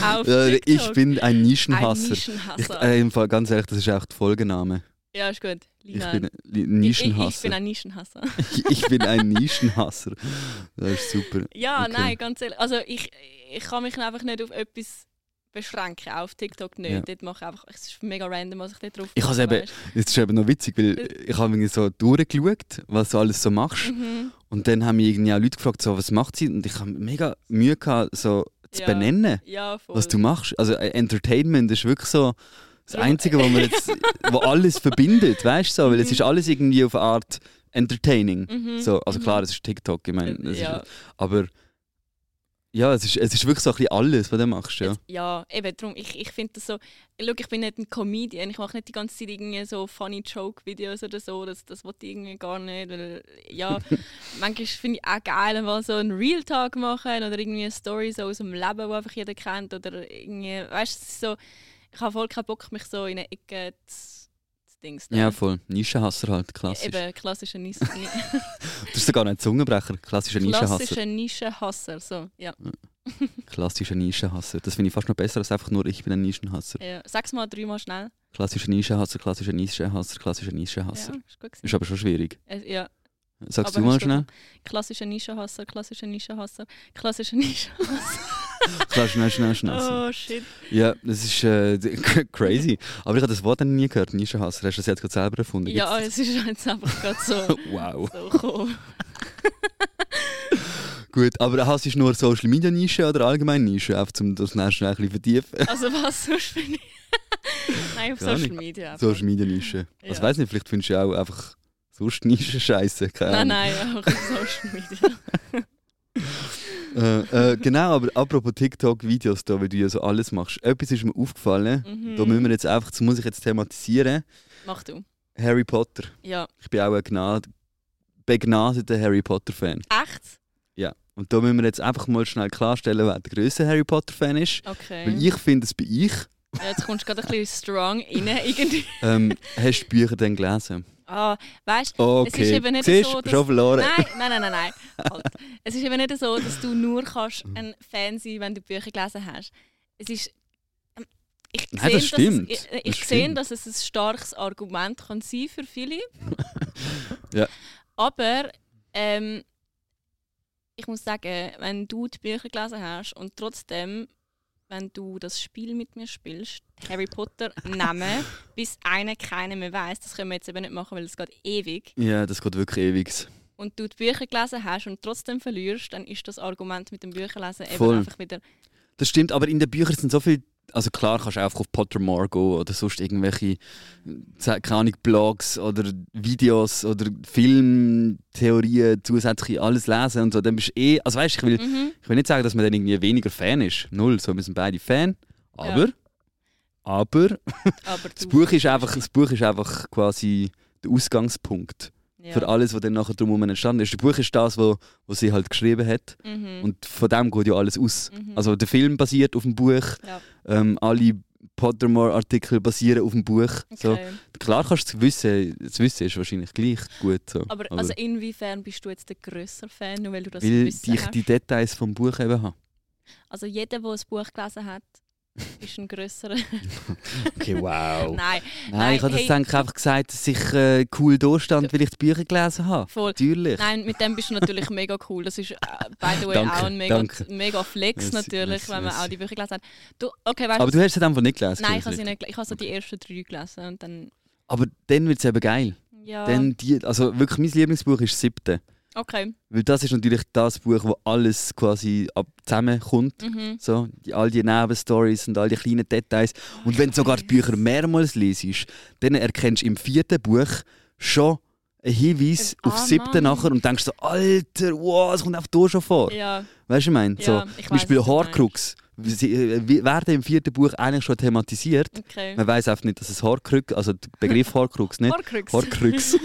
Speaker 3: auch auf
Speaker 2: Äh,
Speaker 3: TikTok.
Speaker 2: ich bin ein
Speaker 3: ein
Speaker 2: Nischenhasser. Ich,
Speaker 3: Nischenhasser.
Speaker 2: äh, im Fall, ganz ehrlich, das ist auch der Folgename.
Speaker 3: ja, ist gut.
Speaker 2: Ich
Speaker 3: Lina.
Speaker 2: bin ein Li-
Speaker 3: Ich- ich, ich bin
Speaker 2: Nischenhasser.
Speaker 3: ein Nischenhasser.
Speaker 2: Ich, ich bin ein Nischenhasser. Das ist super.
Speaker 3: Ja,
Speaker 2: Okay.
Speaker 3: nein, ganz ehrlich. Also ich, ich kann mich einfach nicht auf etwas beschränken, auch auf TikTok nicht.
Speaker 2: Ja.
Speaker 3: Dort mache ich einfach, es ist mega random, was ich dort drauf
Speaker 2: Ich has
Speaker 3: mache,
Speaker 2: eben- Das ist eben noch witzig, weil ich habe irgendwie so durchgeschaut, was du alles so machst.
Speaker 3: weisst du? Mhm.
Speaker 2: Und dann haben mich irgendwie auch Leute gefragt, so, was macht sie? Und ich habe mega Mühe gehabt, so zu
Speaker 3: Ja,
Speaker 2: benennen,
Speaker 3: Ja, voll.
Speaker 2: was du machst. Also äh, Entertainment ist wirklich so das
Speaker 3: Drum-
Speaker 2: Einzige, wo, man jetzt, wo alles verbindet, weißt du? So, weil es
Speaker 3: Mhm.
Speaker 2: ist alles irgendwie auf eine Art entertaining.
Speaker 3: Mhm.
Speaker 2: So, also
Speaker 3: mhm.
Speaker 2: klar, es ist TikTok, ich meine, es
Speaker 3: ja.
Speaker 2: ist, aber ja, es ist, es ist wirklich so ein bisschen alles, was du machst. Ja.
Speaker 3: Jetzt, ja, eben darum, ich, ich finde das so, schau, ich bin nicht ein Comedian, ich mache nicht die ganze Zeit irgendwie so funny Joke-Videos oder so, das, das wollte ich irgendwie gar nicht. Weil, ja, manchmal finde ich auch geil, mal so einen Real-Tag machen oder irgendwie eine Story so aus dem Leben, die einfach jeder kennt oder irgendwie, weißt du, es ist so, ich habe voll keinen Bock, mich so in eine Ecke zu, zu Dings
Speaker 2: ja, voll. Nischenhasser halt, klassisch.
Speaker 3: Eben, klassischer Nis
Speaker 2: Das ist sogar nicht Zungenbrecher, klassischer Nischenhasser.
Speaker 3: klassischer Nischenhasser, so, ja.
Speaker 2: Klassischer Nischenhasser. Das finde ich fast noch besser als einfach nur, ich bin ein Nischenhasser.
Speaker 3: ja. Sag's mal dreimal schnell.
Speaker 2: Klassischer Nischenhasser, klassischer Nischenhasser, klassischer Nischenhasser.
Speaker 3: Ja, ist gut gewesen.
Speaker 2: Ist aber schon schwierig.
Speaker 3: Äh, ja.
Speaker 2: Sagst
Speaker 3: Aber
Speaker 2: du mal
Speaker 3: hast du-
Speaker 2: schnell?
Speaker 3: Klassischer Nischenhasser, klassischer Nischenhasser, klassischer Nischenhasser.
Speaker 2: Klar, schnell, schnell, schnell.
Speaker 3: oh shit.
Speaker 2: Ja, das ist äh, crazy. Aber ich habe das Wort dann nie gehört, Nischenhasser. Hast du das jetzt gerade selber erfunden?
Speaker 3: Ja, also-
Speaker 2: Gibt's-
Speaker 3: es ist jetzt einfach gerade so,
Speaker 2: Wow,
Speaker 3: so gekommen.
Speaker 2: Gut, aber hast du nur Social Media Nische oder allgemein Nische, einfach um das nächste schnell ein bisschen vertiefen?
Speaker 3: Also was sonst bin ich? Nein, auf
Speaker 2: Gar
Speaker 3: Social
Speaker 2: nicht.
Speaker 3: Media. einfach.
Speaker 2: Social Media Nische. Also
Speaker 3: Ja.
Speaker 2: weiß nicht, vielleicht findest du ja auch einfach sonst Nische Scheiße.
Speaker 3: Nein, nein, auch auf Social Media.
Speaker 2: Äh, äh, genau, aber apropos TikTok-Videos da, weil du ja so alles machst. Etwas ist mir aufgefallen.
Speaker 3: Mhm.
Speaker 2: Da müssen wir jetzt einfach, das muss ich jetzt thematisieren.
Speaker 3: Mach du.
Speaker 2: Harry Potter.
Speaker 3: Ja.
Speaker 2: Ich bin auch ein gnad begnadeter Harry Potter-Fan.
Speaker 3: Echt?
Speaker 2: Und da müssen wir jetzt einfach mal schnell klarstellen, wer der grösste Harry Potter-Fan ist. Weil
Speaker 3: Okay.
Speaker 2: ich finde es bei ich.
Speaker 3: Ja, jetzt kommst du gerade ein bisschen strong rein irgendwie.
Speaker 2: Ähm, hast du die Bücher dann gelesen?
Speaker 3: Ah, weißt
Speaker 2: Okay.
Speaker 3: Es ist eben nicht
Speaker 2: Siehst,
Speaker 3: so, dass-
Speaker 2: schon verloren.
Speaker 3: Nein, nein, nein, nein, nein. Halt. Es ist eben nicht so, dass du nur kannst
Speaker 2: Mhm.
Speaker 3: ein Fan sein wenn du Bücher gelesen hast. Es ist. ähm, Ich
Speaker 2: Nein,
Speaker 3: sehe,
Speaker 2: das stimmt.
Speaker 3: Dass es, ich
Speaker 2: Das
Speaker 3: ich sehe,
Speaker 2: stimmt.
Speaker 3: dass es ein starkes Argument kann sein für viele.
Speaker 2: Ja.
Speaker 3: Aber ähm, ich muss sagen, wenn du die Bücher gelesen hast und trotzdem, wenn du das Spiel mit mir spielst, Harry Potter nehmen, bis einer keiner mehr weiß, das können wir jetzt eben nicht machen, weil es geht ewig
Speaker 2: Ja, das geht wirklich ewig.
Speaker 3: und du die Bücher gelesen hast und trotzdem verlierst, dann ist das Argument mit dem Bücherlesen eben
Speaker 2: Voll.
Speaker 3: einfach wieder.
Speaker 2: Das stimmt, aber in den Büchern sind so viel. Also klar kannst du auch auf Pottermore gehen oder sonst irgendwelche, ze- keine Ahnung, Blogs oder Videos oder Filmtheorien zusätzlich alles lesen und so. Dann bist du eh. Also weißt du, ich will,
Speaker 3: Mhm.
Speaker 2: ich will nicht sagen, dass man dann irgendwie weniger Fan ist. Null, so wir sind beide Fan. Aber. Aber
Speaker 3: Aber du,
Speaker 2: das Buch, ist einfach, das Buch ist einfach quasi der Ausgangspunkt
Speaker 3: ja.
Speaker 2: für alles, was dann nachher drumherum entstanden ist. Das Buch ist das, was was sie halt geschrieben hat.
Speaker 3: Mhm.
Speaker 2: Und von dem geht ja alles aus.
Speaker 3: Mhm.
Speaker 2: Also der Film basiert auf dem Buch,
Speaker 3: Ja.
Speaker 2: ähm, alle Pottermore-Artikel basieren auf dem Buch. So,
Speaker 3: Okay.
Speaker 2: klar kannst du das Wissen, das Wissen ist wahrscheinlich gleich gut. So.
Speaker 3: Aber, also inwiefern bist du jetzt der größere Fan, nur weil du das
Speaker 2: weil ich
Speaker 3: Wissen hast?
Speaker 2: die Details vom Buch eben habe.
Speaker 3: Also jeder, der ein Buch gelesen hat, ist ein größerer.
Speaker 2: Okay, wow. Oh. Nein,
Speaker 3: Nein, nein,
Speaker 2: ich habe das
Speaker 3: hey.
Speaker 2: denke, einfach gesagt, dass ich äh, cool da stand, weil ich die Bücher gelesen habe.
Speaker 3: voll.
Speaker 2: Natürlich.
Speaker 3: Nein, mit dem bist du natürlich mega cool. Das ist äh, by the way
Speaker 2: Danke,
Speaker 3: auch ein mega,
Speaker 2: danke.
Speaker 3: mega Flex
Speaker 2: Merci,
Speaker 3: natürlich,
Speaker 2: merci,
Speaker 3: wenn man
Speaker 2: merci.
Speaker 3: auch die Bücher gelesen hat. Du, okay, weißt
Speaker 2: Aber du hast es einfach nicht gelesen.
Speaker 3: Nein, ich habe
Speaker 2: Kürzel.
Speaker 3: sie nicht. gel- Ich habe so die ersten drei gelesen und dann
Speaker 2: Aber dann wird es eben geil.
Speaker 3: ja.
Speaker 2: Dann die, also wirklich, mein Lieblingsbuch ist das siebte.
Speaker 3: okay.
Speaker 2: Weil das ist natürlich das Buch, wo alles quasi ab zusammenkommt.
Speaker 3: Mhm.
Speaker 2: So, die, all die Nebenstories und all die kleinen Details. Und wenn du sogar die Bücher mehrmals liest, dann erkennst du im vierten Buch schon einen Hinweis
Speaker 3: Ah,
Speaker 2: auf das siebte
Speaker 3: Mann.
Speaker 2: nachher und denkst so, Alter, wow, es kommt auch hier schon vor.
Speaker 3: Ja,
Speaker 2: Weißt du, ich meine?
Speaker 3: Ja,
Speaker 2: so,
Speaker 3: ich weiss,
Speaker 2: zum Beispiel
Speaker 3: was du meinst. Mhm.
Speaker 2: Horcrux. Sie äh, wie- werden im vierten Buch eigentlich schon thematisiert.
Speaker 3: okay.
Speaker 2: Man weiß einfach nicht, dass es Horcrux, also der Begriff Horcrux, nicht?
Speaker 3: Horcrux.
Speaker 2: Horcrux.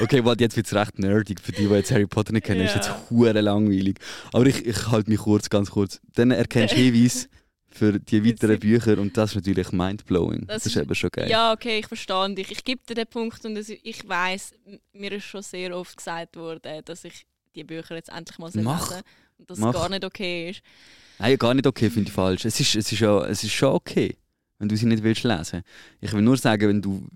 Speaker 2: okay, warte, jetzt wird es recht nerdig für die, die jetzt Harry Potter nicht kennen. Ist
Speaker 3: Ja.
Speaker 2: jetzt hure langweilig. Aber ich, ich halte mich kurz, ganz kurz. Dann erkennst du Hinweise für die weiteren Bücher und das ist natürlich mindblowing. Das,
Speaker 3: Das
Speaker 2: ist
Speaker 3: ist-
Speaker 2: eben schon geil.
Speaker 3: Ja, okay, ich verstehe dich. Ich gebe dir den Punkt und es- ich weiß, mir ist schon sehr oft gesagt worden, dass ich die Bücher jetzt endlich mal soll
Speaker 2: Mach.
Speaker 3: lesen und dass
Speaker 2: Mach.
Speaker 3: es gar nicht okay ist.
Speaker 2: Nein, gar nicht okay, finde ich falsch. Es ist, es, ist ja, es ist schon okay, wenn du sie nicht willst lesen. Ich will nur sagen, wenn du.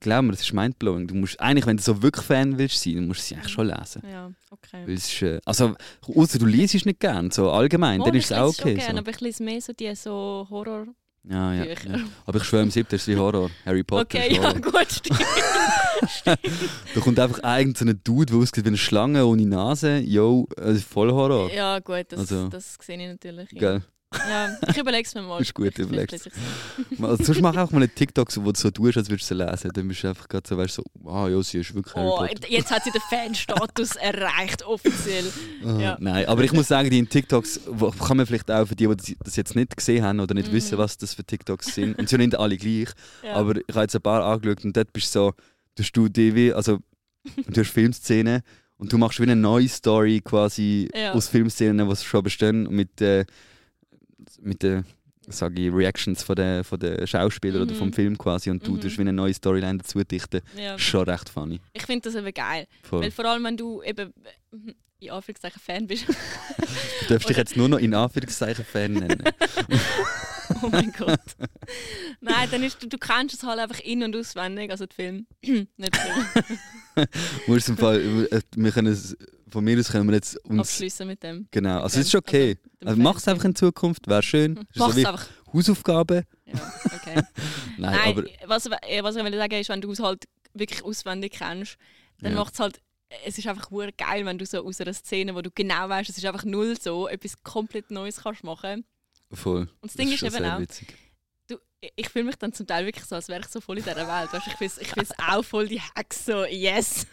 Speaker 2: Glaub mir, es ist mindblowing. Du musst eigentlich, wenn du so wirklich Fan willst sein, dann musst du sie eigentlich schon lesen.
Speaker 3: Ja, okay.
Speaker 2: Weil es ist, äh, also, außer du liest es nicht gern, so allgemein,
Speaker 3: Mal,
Speaker 2: dann
Speaker 3: Oh, ich
Speaker 2: ist es auch
Speaker 3: lese schon
Speaker 2: okay.
Speaker 3: gerne,
Speaker 2: so.
Speaker 3: aber ich lese mehr so die so Horror.
Speaker 2: Ja, ja,
Speaker 3: Bücher.
Speaker 2: ja. Aber ich schwöre, im siebten ist es wie Horror. Harry Potter
Speaker 3: okay,
Speaker 2: ist
Speaker 3: ja
Speaker 2: Horror.
Speaker 3: gut, stimmt.
Speaker 2: Da kommt einfach irgendein Dude, der aussieht wie eine Schlange ohne Nase. Yo, äh, voll Horror.
Speaker 3: ja gut, das,
Speaker 2: Also.
Speaker 3: das sehe ich natürlich. Ja,
Speaker 2: Gell?
Speaker 3: ja ich überlege es mir mal.
Speaker 2: Ist gut,
Speaker 3: Vielleicht
Speaker 2: überlegst
Speaker 3: lese ich es.
Speaker 2: Also, sonst mach auch mal einen TikTok, so, wo du so tust, als würdest du sie lesen. Dann bist du einfach gerade so, weißt du, so, ah, ja, sie ist wirklich Harry
Speaker 3: Oh,
Speaker 2: Potter.
Speaker 3: jetzt hat sie den Fanstatus erreicht, offiziell.
Speaker 2: Ah,
Speaker 3: ja.
Speaker 2: Nein, aber ich muss sagen, die in TikToks, wo, kann man vielleicht auch für die, die das jetzt nicht gesehen haben oder nicht
Speaker 3: Mhm.
Speaker 2: wissen, was das für TikToks sind. Und sie sind nicht alle gleich.
Speaker 3: Ja.
Speaker 2: Aber ich habe jetzt ein paar angeschaut und dort bist du so, du hast du die wie, also du hast Filmszenen und du machst wie eine neue Story quasi
Speaker 3: Ja.
Speaker 2: aus Filmszenen, die schon bestehen und mit den mit den, sag ich, Reactions von den, von den Schauspielern oder
Speaker 3: Mhm.
Speaker 2: vom Film quasi und du
Speaker 3: Mhm.
Speaker 2: tust wie eine neue Storyline dazu dichten.
Speaker 3: ja.
Speaker 2: Schon recht funny.
Speaker 3: Ich finde das eben geil.
Speaker 2: Voll.
Speaker 3: Weil vor allem, wenn du eben äh, in Anführungszeichen Fan bist.
Speaker 2: Du darfst dich
Speaker 3: oder-
Speaker 2: jetzt nur noch in Anführungszeichen Fan nennen.
Speaker 3: oh mein Gott. Nein, dann ist du, du kennst es halt einfach in- und auswendig, also die Filme. Nicht schlimm.
Speaker 2: Muss im Fall, äh, wir können es, von mir aus können wir jetzt uns...
Speaker 3: Abschliessen mit dem.
Speaker 2: Genau, also
Speaker 3: Okay.
Speaker 2: es ist okay.
Speaker 3: Mit dem
Speaker 2: Also, Mach es
Speaker 3: Fan.
Speaker 2: einfach in Zukunft, wäre schön. Ist so
Speaker 3: Mhm. Mach's
Speaker 2: wie
Speaker 3: einfach.
Speaker 2: Hausaufgaben.
Speaker 3: Ja, okay.
Speaker 2: Nein,
Speaker 3: Nein, äh,
Speaker 2: aber
Speaker 3: was, was ich will sagen ist, wenn du es halt wirklich auswendig kennst, dann
Speaker 2: Ja.
Speaker 3: macht es halt es ist einfach hure geil, wenn du so aus einer Szene, wo du genau weißt, es ist einfach null so, etwas komplett Neues kannst machen.
Speaker 2: Voll.
Speaker 3: Und das Ding ist
Speaker 2: schon
Speaker 3: eben
Speaker 2: sehr
Speaker 3: auch-
Speaker 2: Witzig.
Speaker 3: Du, ich- ich fühle mich dann zum Teil wirklich so, als wäre ich so voll in dieser Welt. Weißt, du, ich bin ich find's auch voll die Hex, so yes.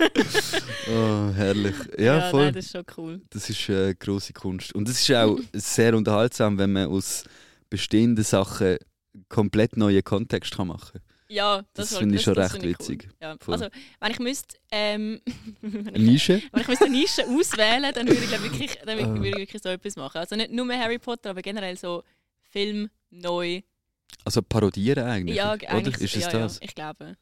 Speaker 2: Oh, herrlich. Ja, voll.
Speaker 3: Nein,
Speaker 2: das,
Speaker 3: das ist schon cool.
Speaker 2: ist eine grosse Kunst. Und es ist auch sehr unterhaltsam, wenn man aus bestehenden Sachen komplett neuen Kontext kann machen kann.
Speaker 3: Ja, das,
Speaker 2: Das
Speaker 3: war-
Speaker 2: finde ich schon recht
Speaker 3: finde ich
Speaker 2: witzig.
Speaker 3: Cool. Ja.
Speaker 2: Voll.
Speaker 3: Also, wenn ich müsste, ähm, wenn ich-
Speaker 2: Nische?
Speaker 3: wenn ich müsste eine Nische auswählen, dann würde ich glaub, wirklich, dann
Speaker 2: Ah.
Speaker 3: würde ich wirklich so etwas machen. Also nicht nur Harry Potter, aber generell so Film neu.
Speaker 2: Also parodieren eigentlich.
Speaker 3: Ja,
Speaker 2: oder?
Speaker 3: eigentlich
Speaker 2: Ist es
Speaker 3: ja,
Speaker 2: das?
Speaker 3: Ja, ich glaube.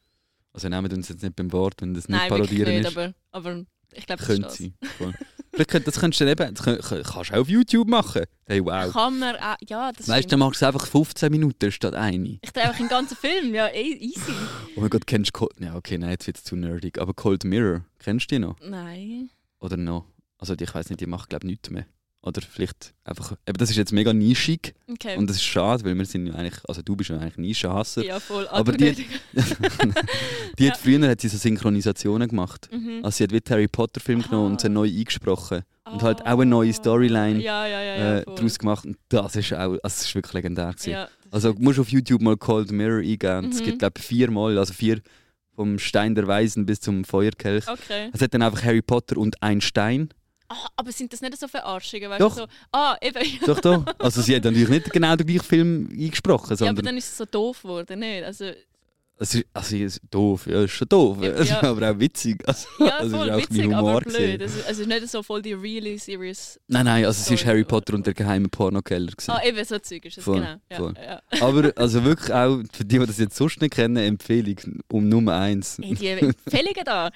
Speaker 2: Also nehmen wir uns jetzt nicht beim Wort, wenn das nicht
Speaker 3: Nein, wirklich
Speaker 2: parodieren
Speaker 3: nicht,
Speaker 2: ist.
Speaker 3: aber, aber ich glaube, das ist
Speaker 2: Könnte
Speaker 3: das.
Speaker 2: sein. Voll. Vielleicht könnt, das könntest du dann eben, das könnt, kannst du auch auf YouTube machen. Hey, wow.
Speaker 3: Kann man auch, ja, das
Speaker 2: Weißt du,
Speaker 3: stimmt.
Speaker 2: dann machst du einfach 15 Minuten statt eine.
Speaker 3: Ich drehe einfach einen ganzen Film, ja, e- easy.
Speaker 2: Oh mein Gott, kennst du Cold... Ja, okay, nein, jetzt wird es zu nerdig. Aber Cold Mirror, kennst du die noch?
Speaker 3: Nein.
Speaker 2: Oder noch? Also die- ich weiß nicht, die macht glaube ich nichts mehr. Oder vielleicht einfach... Aber das ist jetzt mega nischig
Speaker 3: Okay.
Speaker 2: und das ist schade, weil wir sind ja eigentlich... Also du bist ja eigentlich Nischenhasser.
Speaker 3: ja, voll. Ah,
Speaker 2: aber
Speaker 3: du-
Speaker 2: die- Die hat
Speaker 3: Ja.
Speaker 2: früher hat sie so Synchronisationen gemacht.
Speaker 3: Mhm.
Speaker 2: Also sie hat wie den Harry Potter Film genommen und sie
Speaker 3: Ah. Oh.
Speaker 2: neu eingesprochen. Und halt auch eine neue Storyline
Speaker 3: Ja, ja, ja. ja
Speaker 2: äh,
Speaker 3: voll.
Speaker 2: daraus gemacht. Und das ist auch... Also es ist wirklich legendär gewesen.
Speaker 3: ja.
Speaker 2: Also du musst auf YouTube mal Cold Mirror eingeben. Es
Speaker 3: Mhm.
Speaker 2: gibt glaube ich viermal, also vier... Vom Stein der Weisen bis zum Feuerkelch.
Speaker 3: Okay.
Speaker 2: Es hat dann einfach Harry Potter und ein Stein.
Speaker 3: Ah, aber sind das nicht so Verarschungen? Weißt
Speaker 2: Doch.
Speaker 3: Du, so, ah, eben.
Speaker 2: Doch, doch. Also sie hat natürlich nicht genau den gleichen Film eingesprochen,
Speaker 3: Ja, aber
Speaker 2: sondern
Speaker 3: dann ist es so doof geworden, nicht? Also,
Speaker 2: es ist, also, es ist doof, ja, es ist schon doof,
Speaker 3: Ja,
Speaker 2: Es ist
Speaker 3: ja.
Speaker 2: aber auch witzig. Also,
Speaker 3: ja,
Speaker 2: also es
Speaker 3: voll
Speaker 2: ist auch
Speaker 3: witzig,
Speaker 2: mein
Speaker 3: aber
Speaker 2: Humor
Speaker 3: blöd.
Speaker 2: gewesen.
Speaker 3: Also, also es ist nicht so voll die really serious.
Speaker 2: Nein, nein, also es ist
Speaker 3: Sorry,
Speaker 2: Harry
Speaker 3: aber-
Speaker 2: Potter und der geheime Pornokeller. gewesen.
Speaker 3: Ah, eben so Zeug ist es,
Speaker 2: Voll,
Speaker 3: genau. Ja,
Speaker 2: voll.
Speaker 3: Ja.
Speaker 2: Aber also wirklich auch für die, die das jetzt sonst nicht kennen, Empfehlung um Nummer eins.
Speaker 3: Hey, die Empfehlungen da.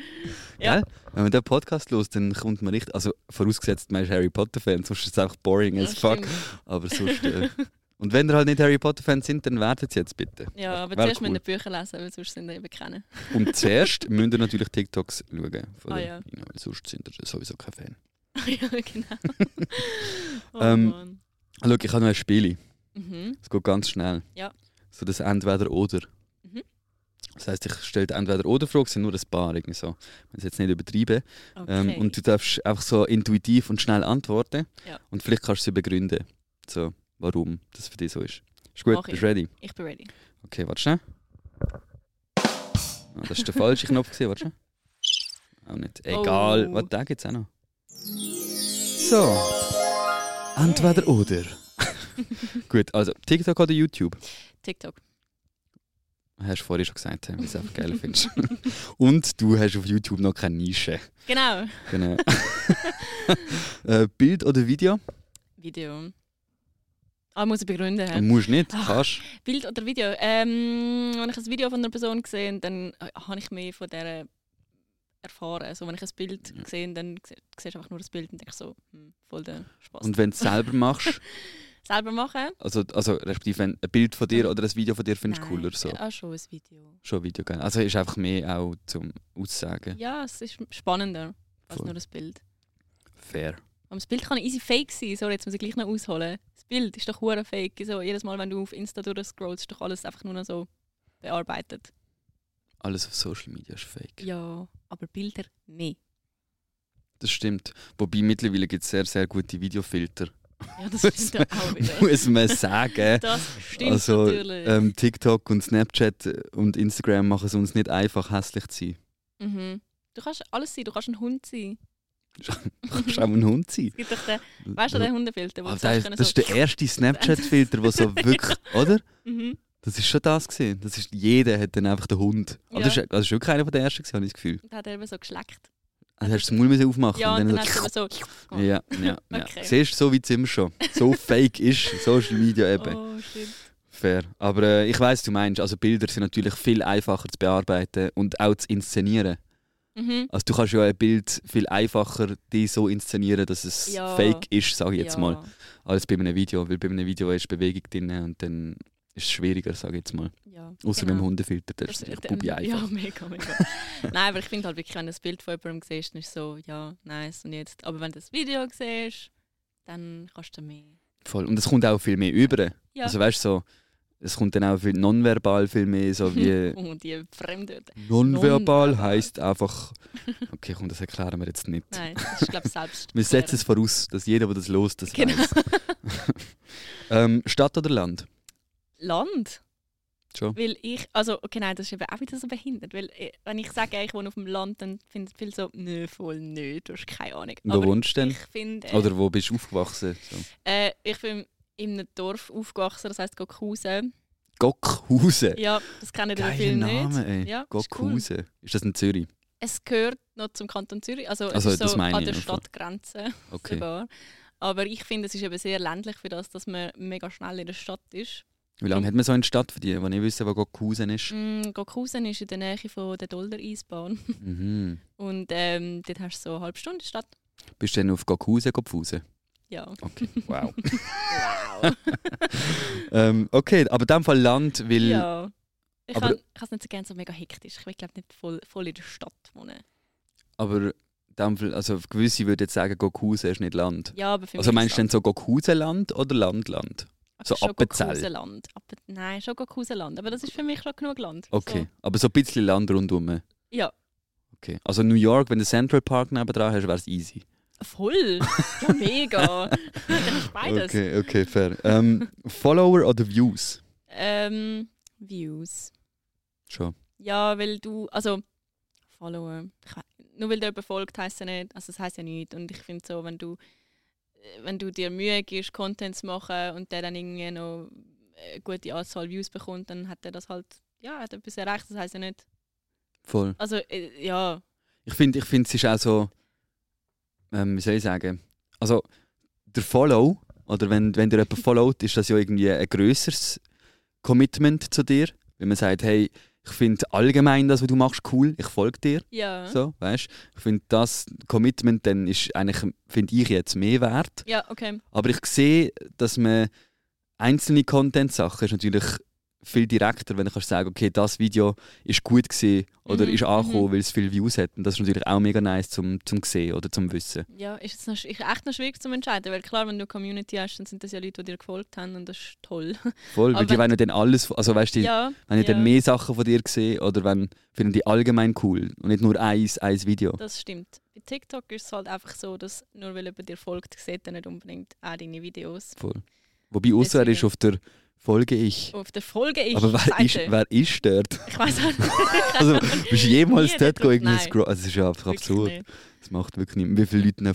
Speaker 3: Ja.
Speaker 2: Gell? Wenn man den Podcast los, dann kommt man richtig. Also vorausgesetzt, man ist Harry Potter-Fan, sonst ist es einfach boring as
Speaker 3: Ja,
Speaker 2: fuck.
Speaker 3: stimmt.
Speaker 2: Aber sonst. Äh, und wenn ihr halt nicht Harry Potter-Fan sind, dann werdet es jetzt bitte.
Speaker 3: Ja, aber
Speaker 2: Wär
Speaker 3: zuerst
Speaker 2: cool.
Speaker 3: müssen wir Bücher lesen, weil sonst sind wir eben kennen.
Speaker 2: Und zuerst müsst ihr natürlich TikToks schauen. Von
Speaker 3: Ah,
Speaker 2: der
Speaker 3: ja.
Speaker 2: Ina, weil sonst sind ihr sowieso kein Fan.
Speaker 3: ja, genau. Oh,
Speaker 2: Ähm,
Speaker 3: Mann.
Speaker 2: Ah, Schau, ich habe noch ein Spiel.
Speaker 3: Mhm.
Speaker 2: Es geht ganz schnell.
Speaker 3: Ja.
Speaker 2: So das Entweder-Oder.
Speaker 3: Mhm.
Speaker 2: Das heisst, ich stelle die Entweder-Oder-Frage, sind nur ein paar. Irgendwie so. Ich will es jetzt nicht übertreiben. Ähm,
Speaker 3: Okay.
Speaker 2: und du darfst einfach so intuitiv und schnell antworten.
Speaker 3: Ja.
Speaker 2: Und vielleicht kannst du sie begründen. So, warum das für dich so ist. Ist gut,
Speaker 3: Mach ich.
Speaker 2: bist du ready?
Speaker 3: ich bin ready.
Speaker 2: Okay, warte schnell. Ah, das war der falsche Knopf, gewesen, warte schnell. Auch nicht. Egal,
Speaker 3: Oh.
Speaker 2: was da gibt es auch noch. So. Entweder oder. Gut, also TikTok oder YouTube?
Speaker 3: TikTok.
Speaker 2: Hast du vorhin schon gesagt, weil du es einfach geil findest. Und du hast auf YouTube noch keine Nische.
Speaker 3: Genau.
Speaker 2: Genau. äh, Bild oder Video?
Speaker 3: Video. Ah, muss ich begründen. hä?
Speaker 2: Musst nicht,
Speaker 3: Ach.
Speaker 2: kannst.
Speaker 3: Bild oder Video? Ähm, wenn ich ein Video von einer Person sehe, dann äh, habe ich mehr von dieser erfahren. Also wenn ich ein Bild
Speaker 2: Ja.
Speaker 3: sehe, dann sie- siehst du einfach nur das Bild und denkst so, hm, voll der Spaß.
Speaker 2: Und wenn du es selber machst,
Speaker 3: Selber machen?
Speaker 2: also, also respektive wenn ein Bild von dir oder ein Video von dir findest du
Speaker 3: Nein.
Speaker 2: cooler. So.
Speaker 3: Ja, schon ein Video.
Speaker 2: schon Video gehen. Also ist einfach mehr auch zum Aussagen.
Speaker 3: Ja, es ist spannender als
Speaker 2: Voll.
Speaker 3: nur ein Bild.
Speaker 2: Fair.
Speaker 3: Aber das Bild kann easy fake sein. Sorry, jetzt muss ich gleich noch ausholen. Das Bild ist doch hure fake. So, jedes Mal, wenn du auf Insta durchscrollst, ist doch alles einfach nur noch so bearbeitet.
Speaker 2: Alles auf Social Media ist fake.
Speaker 3: Ja, aber Bilder nicht.
Speaker 2: Das stimmt. Wobei mittlerweile gibt es sehr, sehr gute Videofilter.
Speaker 3: Ja, das stimmt ja auch wieder.
Speaker 2: Muss man sagen.
Speaker 3: Das stimmt
Speaker 2: also
Speaker 3: natürlich.
Speaker 2: ähm, TikTok und Snapchat und Instagram machen es uns nicht einfach, hässlich zu sein.
Speaker 3: Mhm. Du kannst alles sein, du kannst ein Hund sein.
Speaker 2: Du kannst auch ein Hund sein.
Speaker 3: Es gibt doch den, weißt du, den Hundefilter, wo
Speaker 2: Aber
Speaker 3: du
Speaker 2: das, das
Speaker 3: sagst, so,
Speaker 2: ist Also, ah, der erste Snapchat-Filter, der so wirklich, oder?
Speaker 3: mhm.
Speaker 2: Das ist schon das gewesen. Das ist, jeder hat dann einfach den Hund. Aber das,
Speaker 3: Ja.
Speaker 2: ist, also das ist wirklich einer der ersten, gewesen, habe ich das Gefühl.
Speaker 3: Und hat er eben so geschleckt.
Speaker 2: Also hast du das Maul müssen aufmachen
Speaker 3: Ja, und dann
Speaker 2: so-
Speaker 3: hat er so, Oh.
Speaker 2: Ja, ja, ja.
Speaker 3: Okay.
Speaker 2: Siehst du, so weit sind wir schon. So fake ist Social Media eben.
Speaker 3: oh shit.
Speaker 2: Fair. Aber äh, ich weiß, du meinst, also Bilder sind natürlich viel einfacher zu bearbeiten und auch zu inszenieren.
Speaker 3: Mhm.
Speaker 2: Also du kannst ja ein Bild viel einfacher die so inszenieren, dass es
Speaker 3: Ja.
Speaker 2: fake ist, sage ich Oh, jetzt
Speaker 3: ja.
Speaker 2: mal, als bei einem Video. Weil bei einem Video ist Bewegung drin und dann ist es schwieriger, sage ich jetzt mal.
Speaker 3: Ja.
Speaker 2: Außer
Speaker 3: genau.
Speaker 2: beim Hundefilter, das
Speaker 3: Das-
Speaker 2: ist natürlich
Speaker 3: der-
Speaker 2: Bubi
Speaker 3: Ja,
Speaker 2: einfach.
Speaker 3: mega, mega. nein, aber ich finde halt wirklich, wenn du ein Bild von jemandem siehst, dann ist es so, ja, nice und jetzt. Aber wenn du das Video siehst, dann kannst du mehr.
Speaker 2: Voll. Und es kommt auch viel mehr über.
Speaker 3: Ja.
Speaker 2: Also weißt du, so, Es kommt dann auch viel nonverbal viel mehr, so wie
Speaker 3: Oh, die Fremdwörter.
Speaker 2: nonverbal
Speaker 3: Nonverbal.
Speaker 2: heißt einfach. Okay, komm, das erklären wir jetzt nicht.
Speaker 3: Nein, das ist, glaube ich, selbst.
Speaker 2: Wir setzen es voraus, dass jeder, der das los, das
Speaker 3: Genau.
Speaker 2: weiß. ähm, Stadt oder Land?
Speaker 3: Land.
Speaker 2: Schon.
Speaker 3: Weil ich, also okay, nein, das ist eben auch wieder so behindert. Weil äh, wenn ich sage, ich wohne auf dem Land, dann finden viele so, nö, voll nicht, du hast keine Ahnung.
Speaker 2: Wo
Speaker 3: Aber
Speaker 2: wohnst du denn?
Speaker 3: ich finde, äh,
Speaker 2: Oder wo bist du aufgewachsen? So.
Speaker 3: äh, ich bin in einem Dorf aufgewachsen, das heisst Gockhausen.
Speaker 2: Gockhausen.
Speaker 3: Ja, das kennen ja
Speaker 2: Äh, Geiler
Speaker 3: viele
Speaker 2: Name,
Speaker 3: nicht.
Speaker 2: ey.
Speaker 3: Ja, ist cool.
Speaker 2: Gockhausen. Ist das in Zürich?
Speaker 3: Es gehört noch zum Kanton Zürich, also,
Speaker 2: Also,
Speaker 3: es ist
Speaker 2: das
Speaker 3: so
Speaker 2: meine
Speaker 3: an
Speaker 2: ich
Speaker 3: der
Speaker 2: einfach.
Speaker 3: Stadtgrenze
Speaker 2: Okay.
Speaker 3: sogar. Aber ich finde, es ist eben sehr ländlich für das, dass man mega schnell in der Stadt ist.
Speaker 2: Wie lange hat man so eine Stadt für die, die nicht wissen, wo Gockhausen ist?
Speaker 3: Mm, Gockhausen ist in der Nähe von der Dolder-Eisbahn.
Speaker 2: Mhm.
Speaker 3: Und ähm, dort hast du so eine halbe Stunde Stadt.
Speaker 2: Bist du dann auf Gockhausen gepfusen?
Speaker 3: Ja.
Speaker 2: Okay, wow. ähm, okay, aber in dem Fall Land, weil
Speaker 3: ja. Ich
Speaker 2: aber-
Speaker 3: kann es nicht so gerne so mega hektisch. Ich will, glaube nicht voll, voll in der Stadt wohnen.
Speaker 2: aber in dem Fall, also gewisse würden jetzt sagen, Gockhausen ist nicht Land.
Speaker 3: Ja, aber für
Speaker 2: Also
Speaker 3: mich
Speaker 2: meinst du denn so Gockhausenland oder Landland? so Appenzell?
Speaker 3: Land. Appe, nein, schon Gockhausenland. Aber das ist für mich schon genug Land.
Speaker 2: Okay, aber so ein bisschen Land rundum. äh.
Speaker 3: So. Ja,
Speaker 2: Okay. Also New York, wenn du Central Park nebenan hast, wäre es easy.
Speaker 3: voll. ja, mega. Dann ist beides.
Speaker 2: Okay, okay, fair. Ähm, Follower oder Views?
Speaker 3: Ähm, Views.
Speaker 2: Schon.
Speaker 3: Ja, weil du, also Follower. Ich, we- nur weil du jemanden folgt, heisst ja nicht, also es heisst ja nichts. Und ich finde so, wenn du, äh, wenn du dir Mühe gibst, Content zu machen und der dann irgendwie noch eine gute Anzahl Views bekommt, dann hat er das halt, ja, hat etwas erreicht. Das heisst ja nicht,
Speaker 2: Voll.
Speaker 3: also äh, ja,
Speaker 2: Ich finde, ich find, es ist auch so, ähm, wie soll ich sagen, also der Follow, oder wenn, wenn dir jemand followt, ist das ja irgendwie ein grösseres Commitment zu dir. Wenn man sagt, hey, ich finde allgemein das, was du machst, cool, ich folge dir.
Speaker 3: ja.
Speaker 2: So, weißt? Ich finde, das Commitment dann ist eigentlich, finde ich jetzt mehr wert.
Speaker 3: Ja, okay.
Speaker 2: Aber ich sehe, dass man einzelne Content-Sachen ist natürlich viel direkter, wenn du kannst sagen, okay, das Video ist gut gesehen oder
Speaker 3: Mhm,
Speaker 2: ist angekommen,
Speaker 3: mhm.
Speaker 2: weil es viele Views hat. Und das ist natürlich auch mega nice zum zum sehen oder zum wissen.
Speaker 3: Ja, ist jetzt noch, sch- ich- echt noch schwierig zu entscheiden, weil klar, wenn du eine Community hast, dann sind das ja Leute, die dir gefolgt haben und das ist toll.
Speaker 2: Voll, weil
Speaker 3: Aber
Speaker 2: die
Speaker 3: wenn-
Speaker 2: wollen ja dann alles, also weißt du, die-
Speaker 3: ja,
Speaker 2: wenn ich
Speaker 3: ja.
Speaker 2: dann mehr Sachen von dir sehe oder wenn finden die allgemein cool und nicht nur eins, eins Video.
Speaker 3: das stimmt. Bei TikTok ist es halt einfach so, dass nur weil jemand dir folgt, sieht er nicht unbedingt auch deine Videos.
Speaker 2: Voll. Wobei außer er
Speaker 3: Deswegen.
Speaker 2: ist auf der Folge ich.
Speaker 3: Auf der Folge Oh, ich
Speaker 2: Aber wer ist,
Speaker 3: Seite.
Speaker 2: wer ist dort?
Speaker 3: Ich weiß auch nicht.
Speaker 2: Also, bist du jemals
Speaker 3: Nie
Speaker 2: dort
Speaker 3: dort,
Speaker 2: gegangen?
Speaker 3: nein.
Speaker 2: Also, das ist ja einfach
Speaker 3: Wirklich
Speaker 2: absurd.
Speaker 3: nicht.
Speaker 2: Das macht wirklich nicht. Wie viele Leute, ne-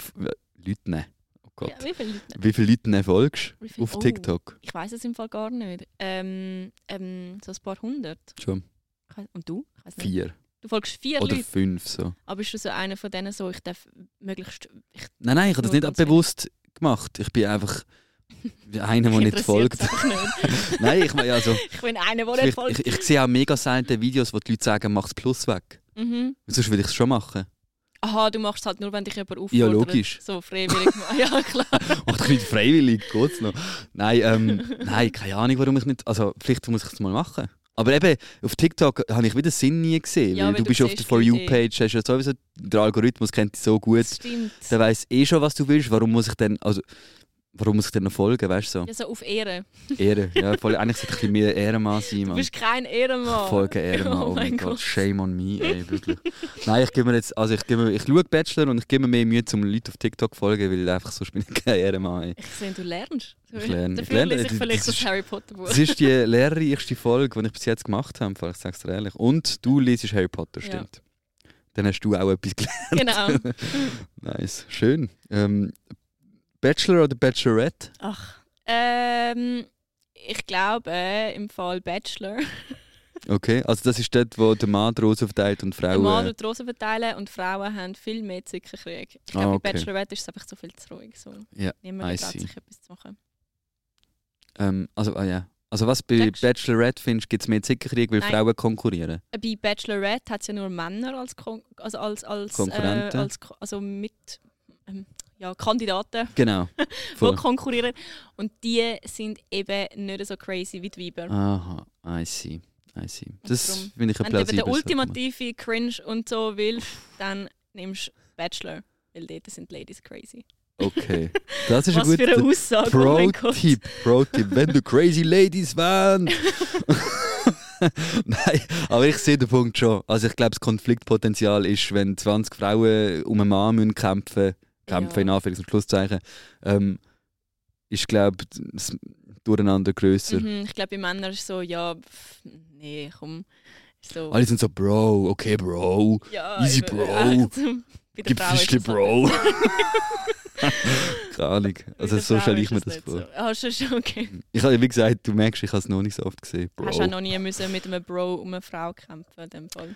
Speaker 2: Leute ne? Oh Gott.
Speaker 3: Ja, wie viele Leute?
Speaker 2: Wie viele Leute ne folgst
Speaker 3: Wie viele-
Speaker 2: auf
Speaker 3: Oh,
Speaker 2: TikTok?
Speaker 3: Ich weiß es im Fall gar nicht. Ähm, ähm, so ein paar hundert.
Speaker 2: Schon
Speaker 3: Ich weiss- Und du? Ich weiss nicht.
Speaker 2: vier
Speaker 3: Du folgst vier
Speaker 2: oder
Speaker 3: Leuten,
Speaker 2: fünf so.
Speaker 3: aber bist du so einer von denen, so ich darf möglichst. Ich,
Speaker 2: Nein, nein, ich habe das
Speaker 3: Nur
Speaker 2: nicht
Speaker 3: ganz
Speaker 2: bewusst gemacht. Ich bin einfach einer, der
Speaker 3: mich
Speaker 2: nicht
Speaker 3: interessiert's
Speaker 2: folgt.
Speaker 3: einfach Nicht.
Speaker 2: nein, ich meine also,
Speaker 3: Ich bin einer, der nicht
Speaker 2: vielleicht-
Speaker 3: folgt.
Speaker 2: ich, ich sehe auch mega selten Videos, wo die Leute sagen, mach das Plus weg.
Speaker 3: Mhm.
Speaker 2: Sonst würde ich es schon machen.
Speaker 3: Aha, du machst es halt nur, wenn dich jemand auffordert.
Speaker 2: Ja, logisch.
Speaker 3: So freiwillig. ja, klar.
Speaker 2: Mach doch nicht freiwillig, geht's noch. Nein, ähm, nein, keine Ahnung, warum ich nicht. Also, vielleicht muss ich es mal machen. Aber eben, auf TikTok habe ich wieder Sinn nie gesehen.
Speaker 3: Ja,
Speaker 2: weil
Speaker 3: weil
Speaker 2: du
Speaker 3: du
Speaker 2: bist auf
Speaker 3: siehst
Speaker 2: der For
Speaker 3: die
Speaker 2: You-Page, hast ja sowieso, der Algorithmus kennt dich so gut.
Speaker 3: Das stimmt.
Speaker 2: Der weiß eh schon, was du willst. Warum muss ich denn, also, warum muss ich denn noch folgen, weißt du?
Speaker 3: Ja, so Also auf Ehre.
Speaker 2: So? Ehre. Ja, voll, eigentlich sollte ich ein bisschen mehr Ehrenmann sein,
Speaker 3: Du
Speaker 2: Mann.
Speaker 3: bist kein Ehrenmann.
Speaker 2: Folge Ehrenmann, oh, mein Gott. shame on me, ey, wirklich. Nein, ich gebe mir jetzt, also ich gebe mir, ich schaue Bachelor und ich gebe mir mehr Mühe, um Leute auf TikTok zu folgen, weil einfach sonst bin ich kein Ehrenmann, ey.
Speaker 3: Ich sehe, du lernst.
Speaker 2: Ich lerne, ich
Speaker 3: Dafür
Speaker 2: lerne. äh,
Speaker 3: lese ich
Speaker 2: Das
Speaker 3: vielleicht das,
Speaker 2: ist-
Speaker 3: Harry Potter Buch.
Speaker 2: Das ist die lehrreichste Folge, die ich bis jetzt gemacht habe, im Fall, ich sag's dir ehrlich. Und du liest Harry Potter,
Speaker 3: Ja.
Speaker 2: stimmt. Dann hast du auch etwas gelernt.
Speaker 3: Genau.
Speaker 2: Nice, schön. Ähm, Bachelor oder Bachelorette?
Speaker 3: Ach. Ähm, ich glaube, äh, im Fall Bachelor.
Speaker 2: Okay, also das ist dort, wo der Mann die Rosen verteilt und
Speaker 3: Der Mann
Speaker 2: Frauen...
Speaker 3: und die Rosen verteilen und Frauen haben viel mehr Zickenkrieg. Ich
Speaker 2: Ah,
Speaker 3: glaube,
Speaker 2: okay.
Speaker 3: bei Bachelorette ist es einfach so viel zu ruhig. So.
Speaker 2: Ja, I
Speaker 3: Niemand traut
Speaker 2: see.
Speaker 3: sich etwas zu machen.
Speaker 2: Ähm, also, ah, ja. Also was bei
Speaker 3: Sagst-
Speaker 2: Bachelorette findest, gibt es mehr Zickerkrieg, weil
Speaker 3: Nein.
Speaker 2: Frauen konkurrieren?
Speaker 3: Äh, Bei Bachelorette hat es ja nur Männer als, Kon also als, als, äh,
Speaker 2: Konkurrenten.
Speaker 3: als Ko- also mit ähm, ja, Kandidaten,
Speaker 2: Genau. Voll.
Speaker 3: die konkurrieren. Und die sind eben nicht so crazy wie die
Speaker 2: Ah,
Speaker 3: Weiber.
Speaker 2: Aha, I see. I see.
Speaker 3: Und
Speaker 2: Das
Speaker 3: darum-
Speaker 2: finde ich ein
Speaker 3: Wenn du eben
Speaker 2: plausibel.
Speaker 3: den ultimative Cringe und so willst, dann nimmst du Bachelor, weil dort sind die Ladies crazy.
Speaker 2: Okay. Das ist
Speaker 3: Was
Speaker 2: ein
Speaker 3: für eine
Speaker 2: guter
Speaker 3: Aussage, oh mein Gott.
Speaker 2: Pro-Tipp, Pro-Tipp. Wenn du crazy Ladies wären. Nein, aber ich sehe den Punkt schon. Also ich glaube, das Konfliktpotenzial ist, wenn 20 Frauen um einen Mann müssen kämpfen kämpfen
Speaker 3: Ja.
Speaker 2: in Anführungs- und Schlusszeichen, ähm, ist, glaube ich, das Durcheinander grösser.
Speaker 3: Mhm, ich glaube, bei Männern ist so, ja, pff, nee, komm. So,
Speaker 2: Alle sind so, Bro, okay, Bro,
Speaker 3: ja,
Speaker 2: easy,
Speaker 3: eben,
Speaker 2: Bro.
Speaker 3: echt. Bei der
Speaker 2: gib
Speaker 3: Frau ist
Speaker 2: Fischli,
Speaker 3: das halt
Speaker 2: Bro.
Speaker 3: nicht so.
Speaker 2: Keine Ahnung,
Speaker 3: Bei
Speaker 2: also
Speaker 3: der
Speaker 2: so
Speaker 3: Frau
Speaker 2: stelle
Speaker 3: ist
Speaker 2: ich mir das
Speaker 3: nicht
Speaker 2: vor.
Speaker 3: So. Ah, schon, schon, okay.
Speaker 2: Ich habe, wie gesagt, du merkst, ich habe es noch nicht so oft gesehen, Bro.
Speaker 3: Hast du auch noch nie müssen mit einem Bro um eine Frau kämpfen in dem Fall?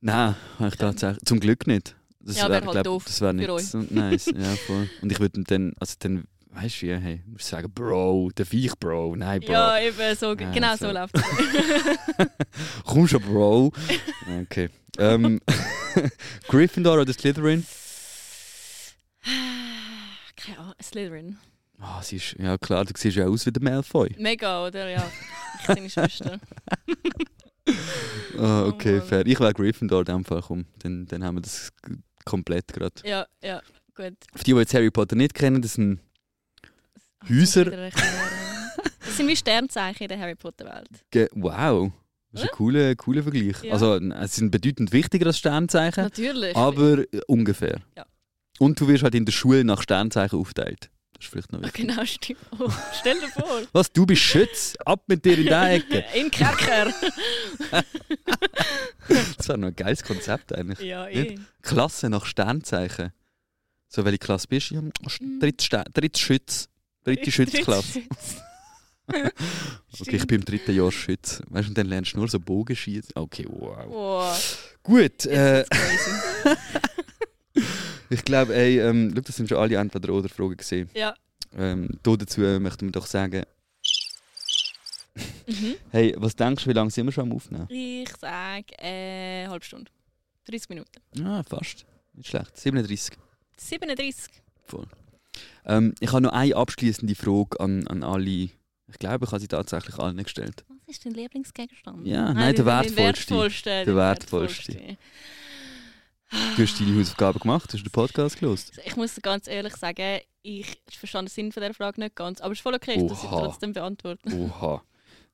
Speaker 2: Nein, habe ich tatsächlich. Zum Glück nicht. Das
Speaker 3: Ja, wär halt
Speaker 2: glaub,
Speaker 3: doof
Speaker 2: Das wäre nicht
Speaker 3: für euch.
Speaker 2: so nice. Ja, voll. Und ich würde dann, also dann, weißt du, wie, hey, musst du sagen, Bro, der Viech, Bro, nein, Bro.
Speaker 3: Ja, eben, so,
Speaker 2: Ja,
Speaker 3: genau
Speaker 2: Äh, so.
Speaker 3: so läuft es.
Speaker 2: Komm schon, Bro. Okay. Ähm, Gryffindor oder Slytherin?
Speaker 3: Keine Ahnung, Slytherin.
Speaker 2: Ah, sie ist, ja klar, du siehst ja aus wie der Malfoy.
Speaker 3: Mega, oder? Ja, ich seine Schwester. Oh
Speaker 2: Ah, okay,
Speaker 3: Mann.
Speaker 2: fair. Ich wäre Gryffindor in dem Fall, komm. Dann, dann haben wir das g- komplett gerade.
Speaker 3: Ja, ja, gut.
Speaker 2: Für die, die jetzt Harry Potter nicht kennen, das sind Häuser.
Speaker 3: Wieder ein kleiner- Das sind wie Sternzeichen in der Harry Potter Welt.
Speaker 2: Ge wow. Das ist ein cooler, cooler Vergleich.
Speaker 3: Hm? Ja.
Speaker 2: Also, n- es sind bedeutend wichtiger als Sternzeichen.
Speaker 3: Natürlich.
Speaker 2: Aber äh, ungefähr.
Speaker 3: Ja.
Speaker 2: Und du wirst halt in der Schule nach Sternzeichen aufteilt. Das ist vielleicht noch
Speaker 3: Ah,
Speaker 2: wichtig.
Speaker 3: Genau, stimmt. Oh, stell dir vor.
Speaker 2: Was, du bist Schütz? Ab mit dir in die Ecke.
Speaker 3: In Kerker.
Speaker 2: Das wäre noch ein geiles Konzept eigentlich.
Speaker 3: ja, eh.
Speaker 2: Klasse nach Sternzeichen. So, welche Klasse bist du? Ja, dritte, Stern, dritte Schütz. Dritte Schützklasse.
Speaker 3: Hm. Schütz.
Speaker 2: Okay, ich bin im dritten Jahr Schütz. Weißt du, und dann lernst du nur so Bogenschießen. Okay, wow.
Speaker 3: Wow,
Speaker 2: Gut, äh,
Speaker 3: das ist Oh. crazy.
Speaker 2: ich glaube, ey, ähm, schau, das sind schon alle entweder oder Fragen gesehen.
Speaker 3: Ja.
Speaker 2: Ähm, da dazu möchten wir doch sagen,
Speaker 3: Mhm.
Speaker 2: hey, was denkst du, wie lange sind wir schon am Aufnehmen?
Speaker 3: Ich sage äh, halbe Stunde. 30 Minuten.
Speaker 2: Ah, fast. Nicht schlecht. 37.
Speaker 3: 37.
Speaker 2: Ähm, ich habe noch eine abschließende Frage an, an alle. Ich glaube, ich habe sie tatsächlich allen gestellt.
Speaker 3: Was ist dein Lieblingsgegenstand?
Speaker 2: Ja, nein, der
Speaker 3: dein- dein
Speaker 2: wertvollste.
Speaker 3: wertvollste, dein
Speaker 2: Der wertvollste. Du hast deine Hausaufgaben gemacht, hast den Podcast gelost.
Speaker 3: Also, Ich muss ganz ehrlich sagen, ich verstehe den Sinn von dieser Frage nicht ganz. Aber es ist voll okay, ich muss sie
Speaker 2: Oha.
Speaker 3: trotzdem beantworten.
Speaker 2: Oha.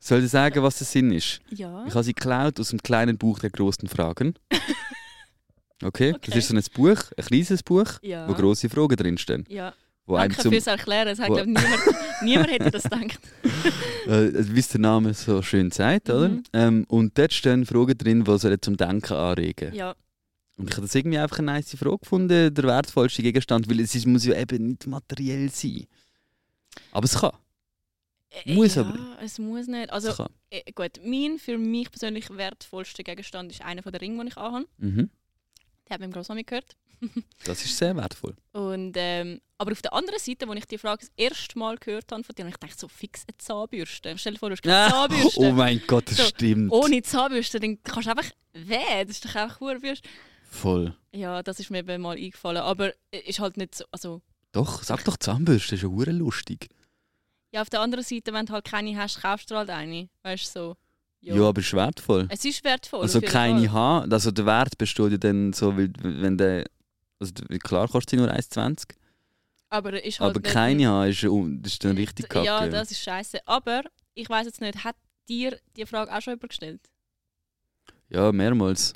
Speaker 2: Soll ich sagen, was der Sinn ist?
Speaker 3: Ja.
Speaker 2: Ich habe sie geklaut aus dem kleinen Buch der großen Fragen. Okay? Das
Speaker 3: Okay.
Speaker 2: ist so ein Buch, ein kleines Buch,
Speaker 3: Ja.
Speaker 2: wo grosse Fragen drinstehen.
Speaker 3: ja.
Speaker 2: Wo einem
Speaker 3: Danke
Speaker 2: zum,
Speaker 3: fürs Erklären. Es hat,
Speaker 2: Wo-
Speaker 3: glaub, niemand, niemand hätte das gedacht.
Speaker 2: äh, wie es der Name so schön sagt, oder?
Speaker 3: Mhm.
Speaker 2: Ähm, und dort stehen Fragen drin, die sollen zum Denken anregen.
Speaker 3: Ja,
Speaker 2: Und ich habe das irgendwie einfach eine nice Frage gefunden, der wertvollste Gegenstand, weil es ist, muss ja eben nicht materiell sein. Aber es kann.
Speaker 3: Äh,
Speaker 2: Muss
Speaker 3: ja,
Speaker 2: aber nicht.
Speaker 3: Es muss nicht. Also,
Speaker 2: es kann.
Speaker 3: äh, gut, mein für mich persönlich wertvollster Gegenstand ist einer von der Ringe, den ich anhabe.
Speaker 2: Mhm.
Speaker 3: Den hat mein Großmami gehört.
Speaker 2: Das ist sehr wertvoll.
Speaker 3: Und, ähm, aber auf der anderen Seite, als ich die Frage das erste Mal gehört habe von dir, habe ich gedacht, so fix eine Zahnbürste. Stell dir vor, du hast keine Zahnbürste.
Speaker 2: oh mein Gott, das
Speaker 3: So,
Speaker 2: stimmt.
Speaker 3: Ohne Zahnbürste, dann kannst du einfach weh. Das ist doch einfach Hurbürste.
Speaker 2: Voll.
Speaker 3: Ja, das ist mir eben mal eingefallen. Aber äh, ist halt nicht so. Also,
Speaker 2: Doch, sag doch Zahnbürste, das ist ja hure lustig.
Speaker 3: ja, auf der anderen Seite, wenn du halt keine hast, kaufst du halt eine. Weißt du, so.
Speaker 2: Ja, aber es ist wertvoll.
Speaker 3: Es ist wertvoll.
Speaker 2: also
Speaker 3: auf jeden
Speaker 2: keine
Speaker 3: Fall.
Speaker 2: Haar, also der Wert besteht ja dann so, weil wenn der, also der- klar kostet sie nur 1,20,
Speaker 3: Aber, ist halt
Speaker 2: aber
Speaker 3: nicht-
Speaker 2: keine Haar ist, ja un- das ist dann richtig kacke.
Speaker 3: Ja, das ist scheiße. Aber ich weiß jetzt nicht, hat dir die Frage auch schon jemand gestellt?
Speaker 2: ja mehrmals.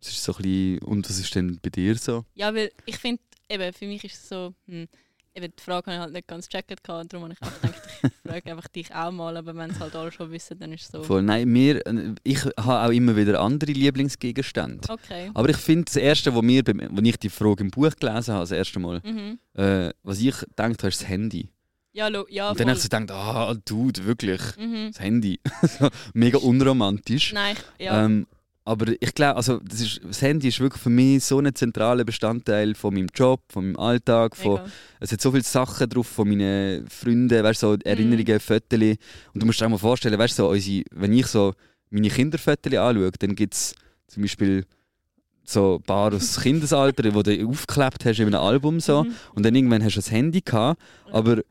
Speaker 2: Es ist so ein bisschen, und was ist denn bei dir so?
Speaker 3: Ja, weil ich finde, eben, für mich ist es so, hm, eben, die Frage habe ich halt nicht ganz gecheckt gehabt und darum habe ich auch gedacht, ich frage einfach dich auch mal, aber wenn es halt alle schon wissen, dann ist es so,
Speaker 2: Voll. Nein, mir, äh, ich habe auch immer wieder andere Lieblingsgegenstände.
Speaker 3: okay.
Speaker 2: Aber ich finde, das Erste, was mir, beim- wo ich die Frage im Buch gelesen habe, das erste Mal,
Speaker 3: Mhm.
Speaker 2: äh, was ich gedacht habe, ist das Handy.
Speaker 3: Ja, lo, ja,
Speaker 2: Und dann
Speaker 3: voll.
Speaker 2: habe ich so gedacht, ah, Dude, wirklich,
Speaker 3: mhm.
Speaker 2: das Handy. So, Mega unromantisch.
Speaker 3: Nein, ich- ja,
Speaker 2: Ähm, aber ich glaube, also, das, ist, das Handy ist wirklich für mich so ein zentraler Bestandteil von meinem Job, von meinem Alltag, von,
Speaker 3: mega.
Speaker 2: es hat so viele Sachen drauf von meinen Freunden, weißt, so
Speaker 3: Mhm.
Speaker 2: Erinnerungen, Fotos. Und du musst dir auch mal vorstellen, weißt, so unsere, wenn ich so meine Kinderfotos anschaue, dann gibt es zum Beispiel so ein paar aus Kindesalter, die du aufgeklebt hast in einem Album. So.
Speaker 3: Mhm.
Speaker 2: Und dann irgendwann hast du ein Handy gehabt, aber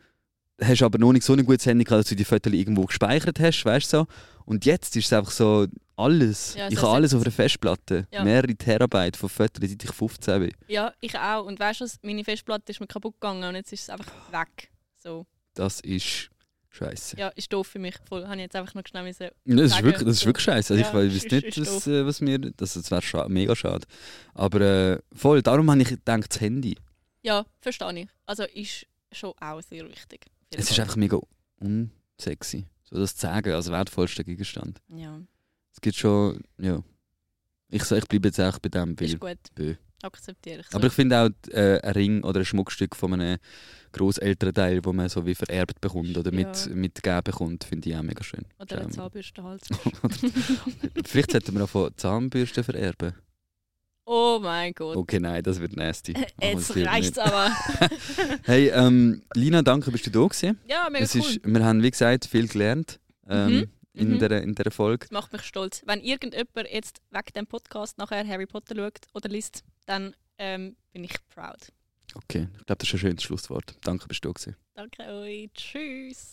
Speaker 2: hast aber noch nicht so ein gutes Handy gehabt, dass du die Fotos irgendwo gespeichert hast, weißt du so. Und jetzt ist es einfach so alles.
Speaker 3: Ja,
Speaker 2: ich
Speaker 3: so
Speaker 2: habe alles
Speaker 3: sind's.
Speaker 2: auf einer Festplatte.
Speaker 3: Ja.
Speaker 2: Mehrere Terabyte von Fotos, seit ich 15 bin.
Speaker 3: Ja, ich auch. Und weißt du was? Meine Festplatte ist mir kaputt gegangen und jetzt ist es einfach weg. So.
Speaker 2: Das ist scheiße.
Speaker 3: Ja, ist doof für mich. Voll. Habe ich jetzt einfach noch schnell müssen.
Speaker 2: Das ist
Speaker 3: sagen,
Speaker 2: wirklich, das ist
Speaker 3: so.
Speaker 2: wirklich scheiße. Also
Speaker 3: Ja,
Speaker 2: ich weiß
Speaker 3: ist-
Speaker 2: nicht,
Speaker 3: ist
Speaker 2: dass,
Speaker 3: doof.
Speaker 2: äh, was mir. Das, das wäre scha mega schade. Aber äh, voll, darum habe ich gedacht, das Handy.
Speaker 3: Ja, verstehe ich. Also ist schon auch sehr wichtig. Auf jeden
Speaker 2: Es ist
Speaker 3: Fall.
Speaker 2: einfach mega unsexy. So das zu sagen, also als wertvollster Gegenstand.
Speaker 3: Ja,
Speaker 2: Es gibt schon. Ja. Ich sage, ich bleibe jetzt echt bei dem. Weil
Speaker 3: ist gut.
Speaker 2: Bö.
Speaker 3: Akzeptiere ich. So.
Speaker 2: Aber ich finde auch äh, ein Ring oder ein Schmuckstück von einem Großelternteil, wo man so wie vererbt bekommt oder mit,
Speaker 3: Ja.
Speaker 2: mitgegeben bekommt, finde ich auch mega schön.
Speaker 3: Oder eine
Speaker 2: Ähm.
Speaker 3: Zahnbürstenhals.
Speaker 2: Vielleicht sollten wir auch von Zahnbürsten vererben.
Speaker 3: oh mein Gott.
Speaker 2: Okay, nein, das wird nasty. Machen wir
Speaker 3: jetzt
Speaker 2: lieber
Speaker 3: reicht's
Speaker 2: nicht.
Speaker 3: aber.
Speaker 2: Hey, ähm, Lina, danke, bist du da gewesen.
Speaker 3: Ja, mega
Speaker 2: Es
Speaker 3: cool.
Speaker 2: ist, wir haben, wie gesagt, viel gelernt ähm,
Speaker 3: Mhm,
Speaker 2: in,
Speaker 3: mhm.
Speaker 2: der, in der Folge.
Speaker 3: Das macht mich stolz. Wenn irgendjemand jetzt wegen dem Podcast nachher Harry Potter schaut oder liest, dann ähm, bin ich proud.
Speaker 2: Okay, ich glaube, das ist ein schönes Schlusswort. Danke, bist du da gewesen.
Speaker 3: Danke euch. Tschüss.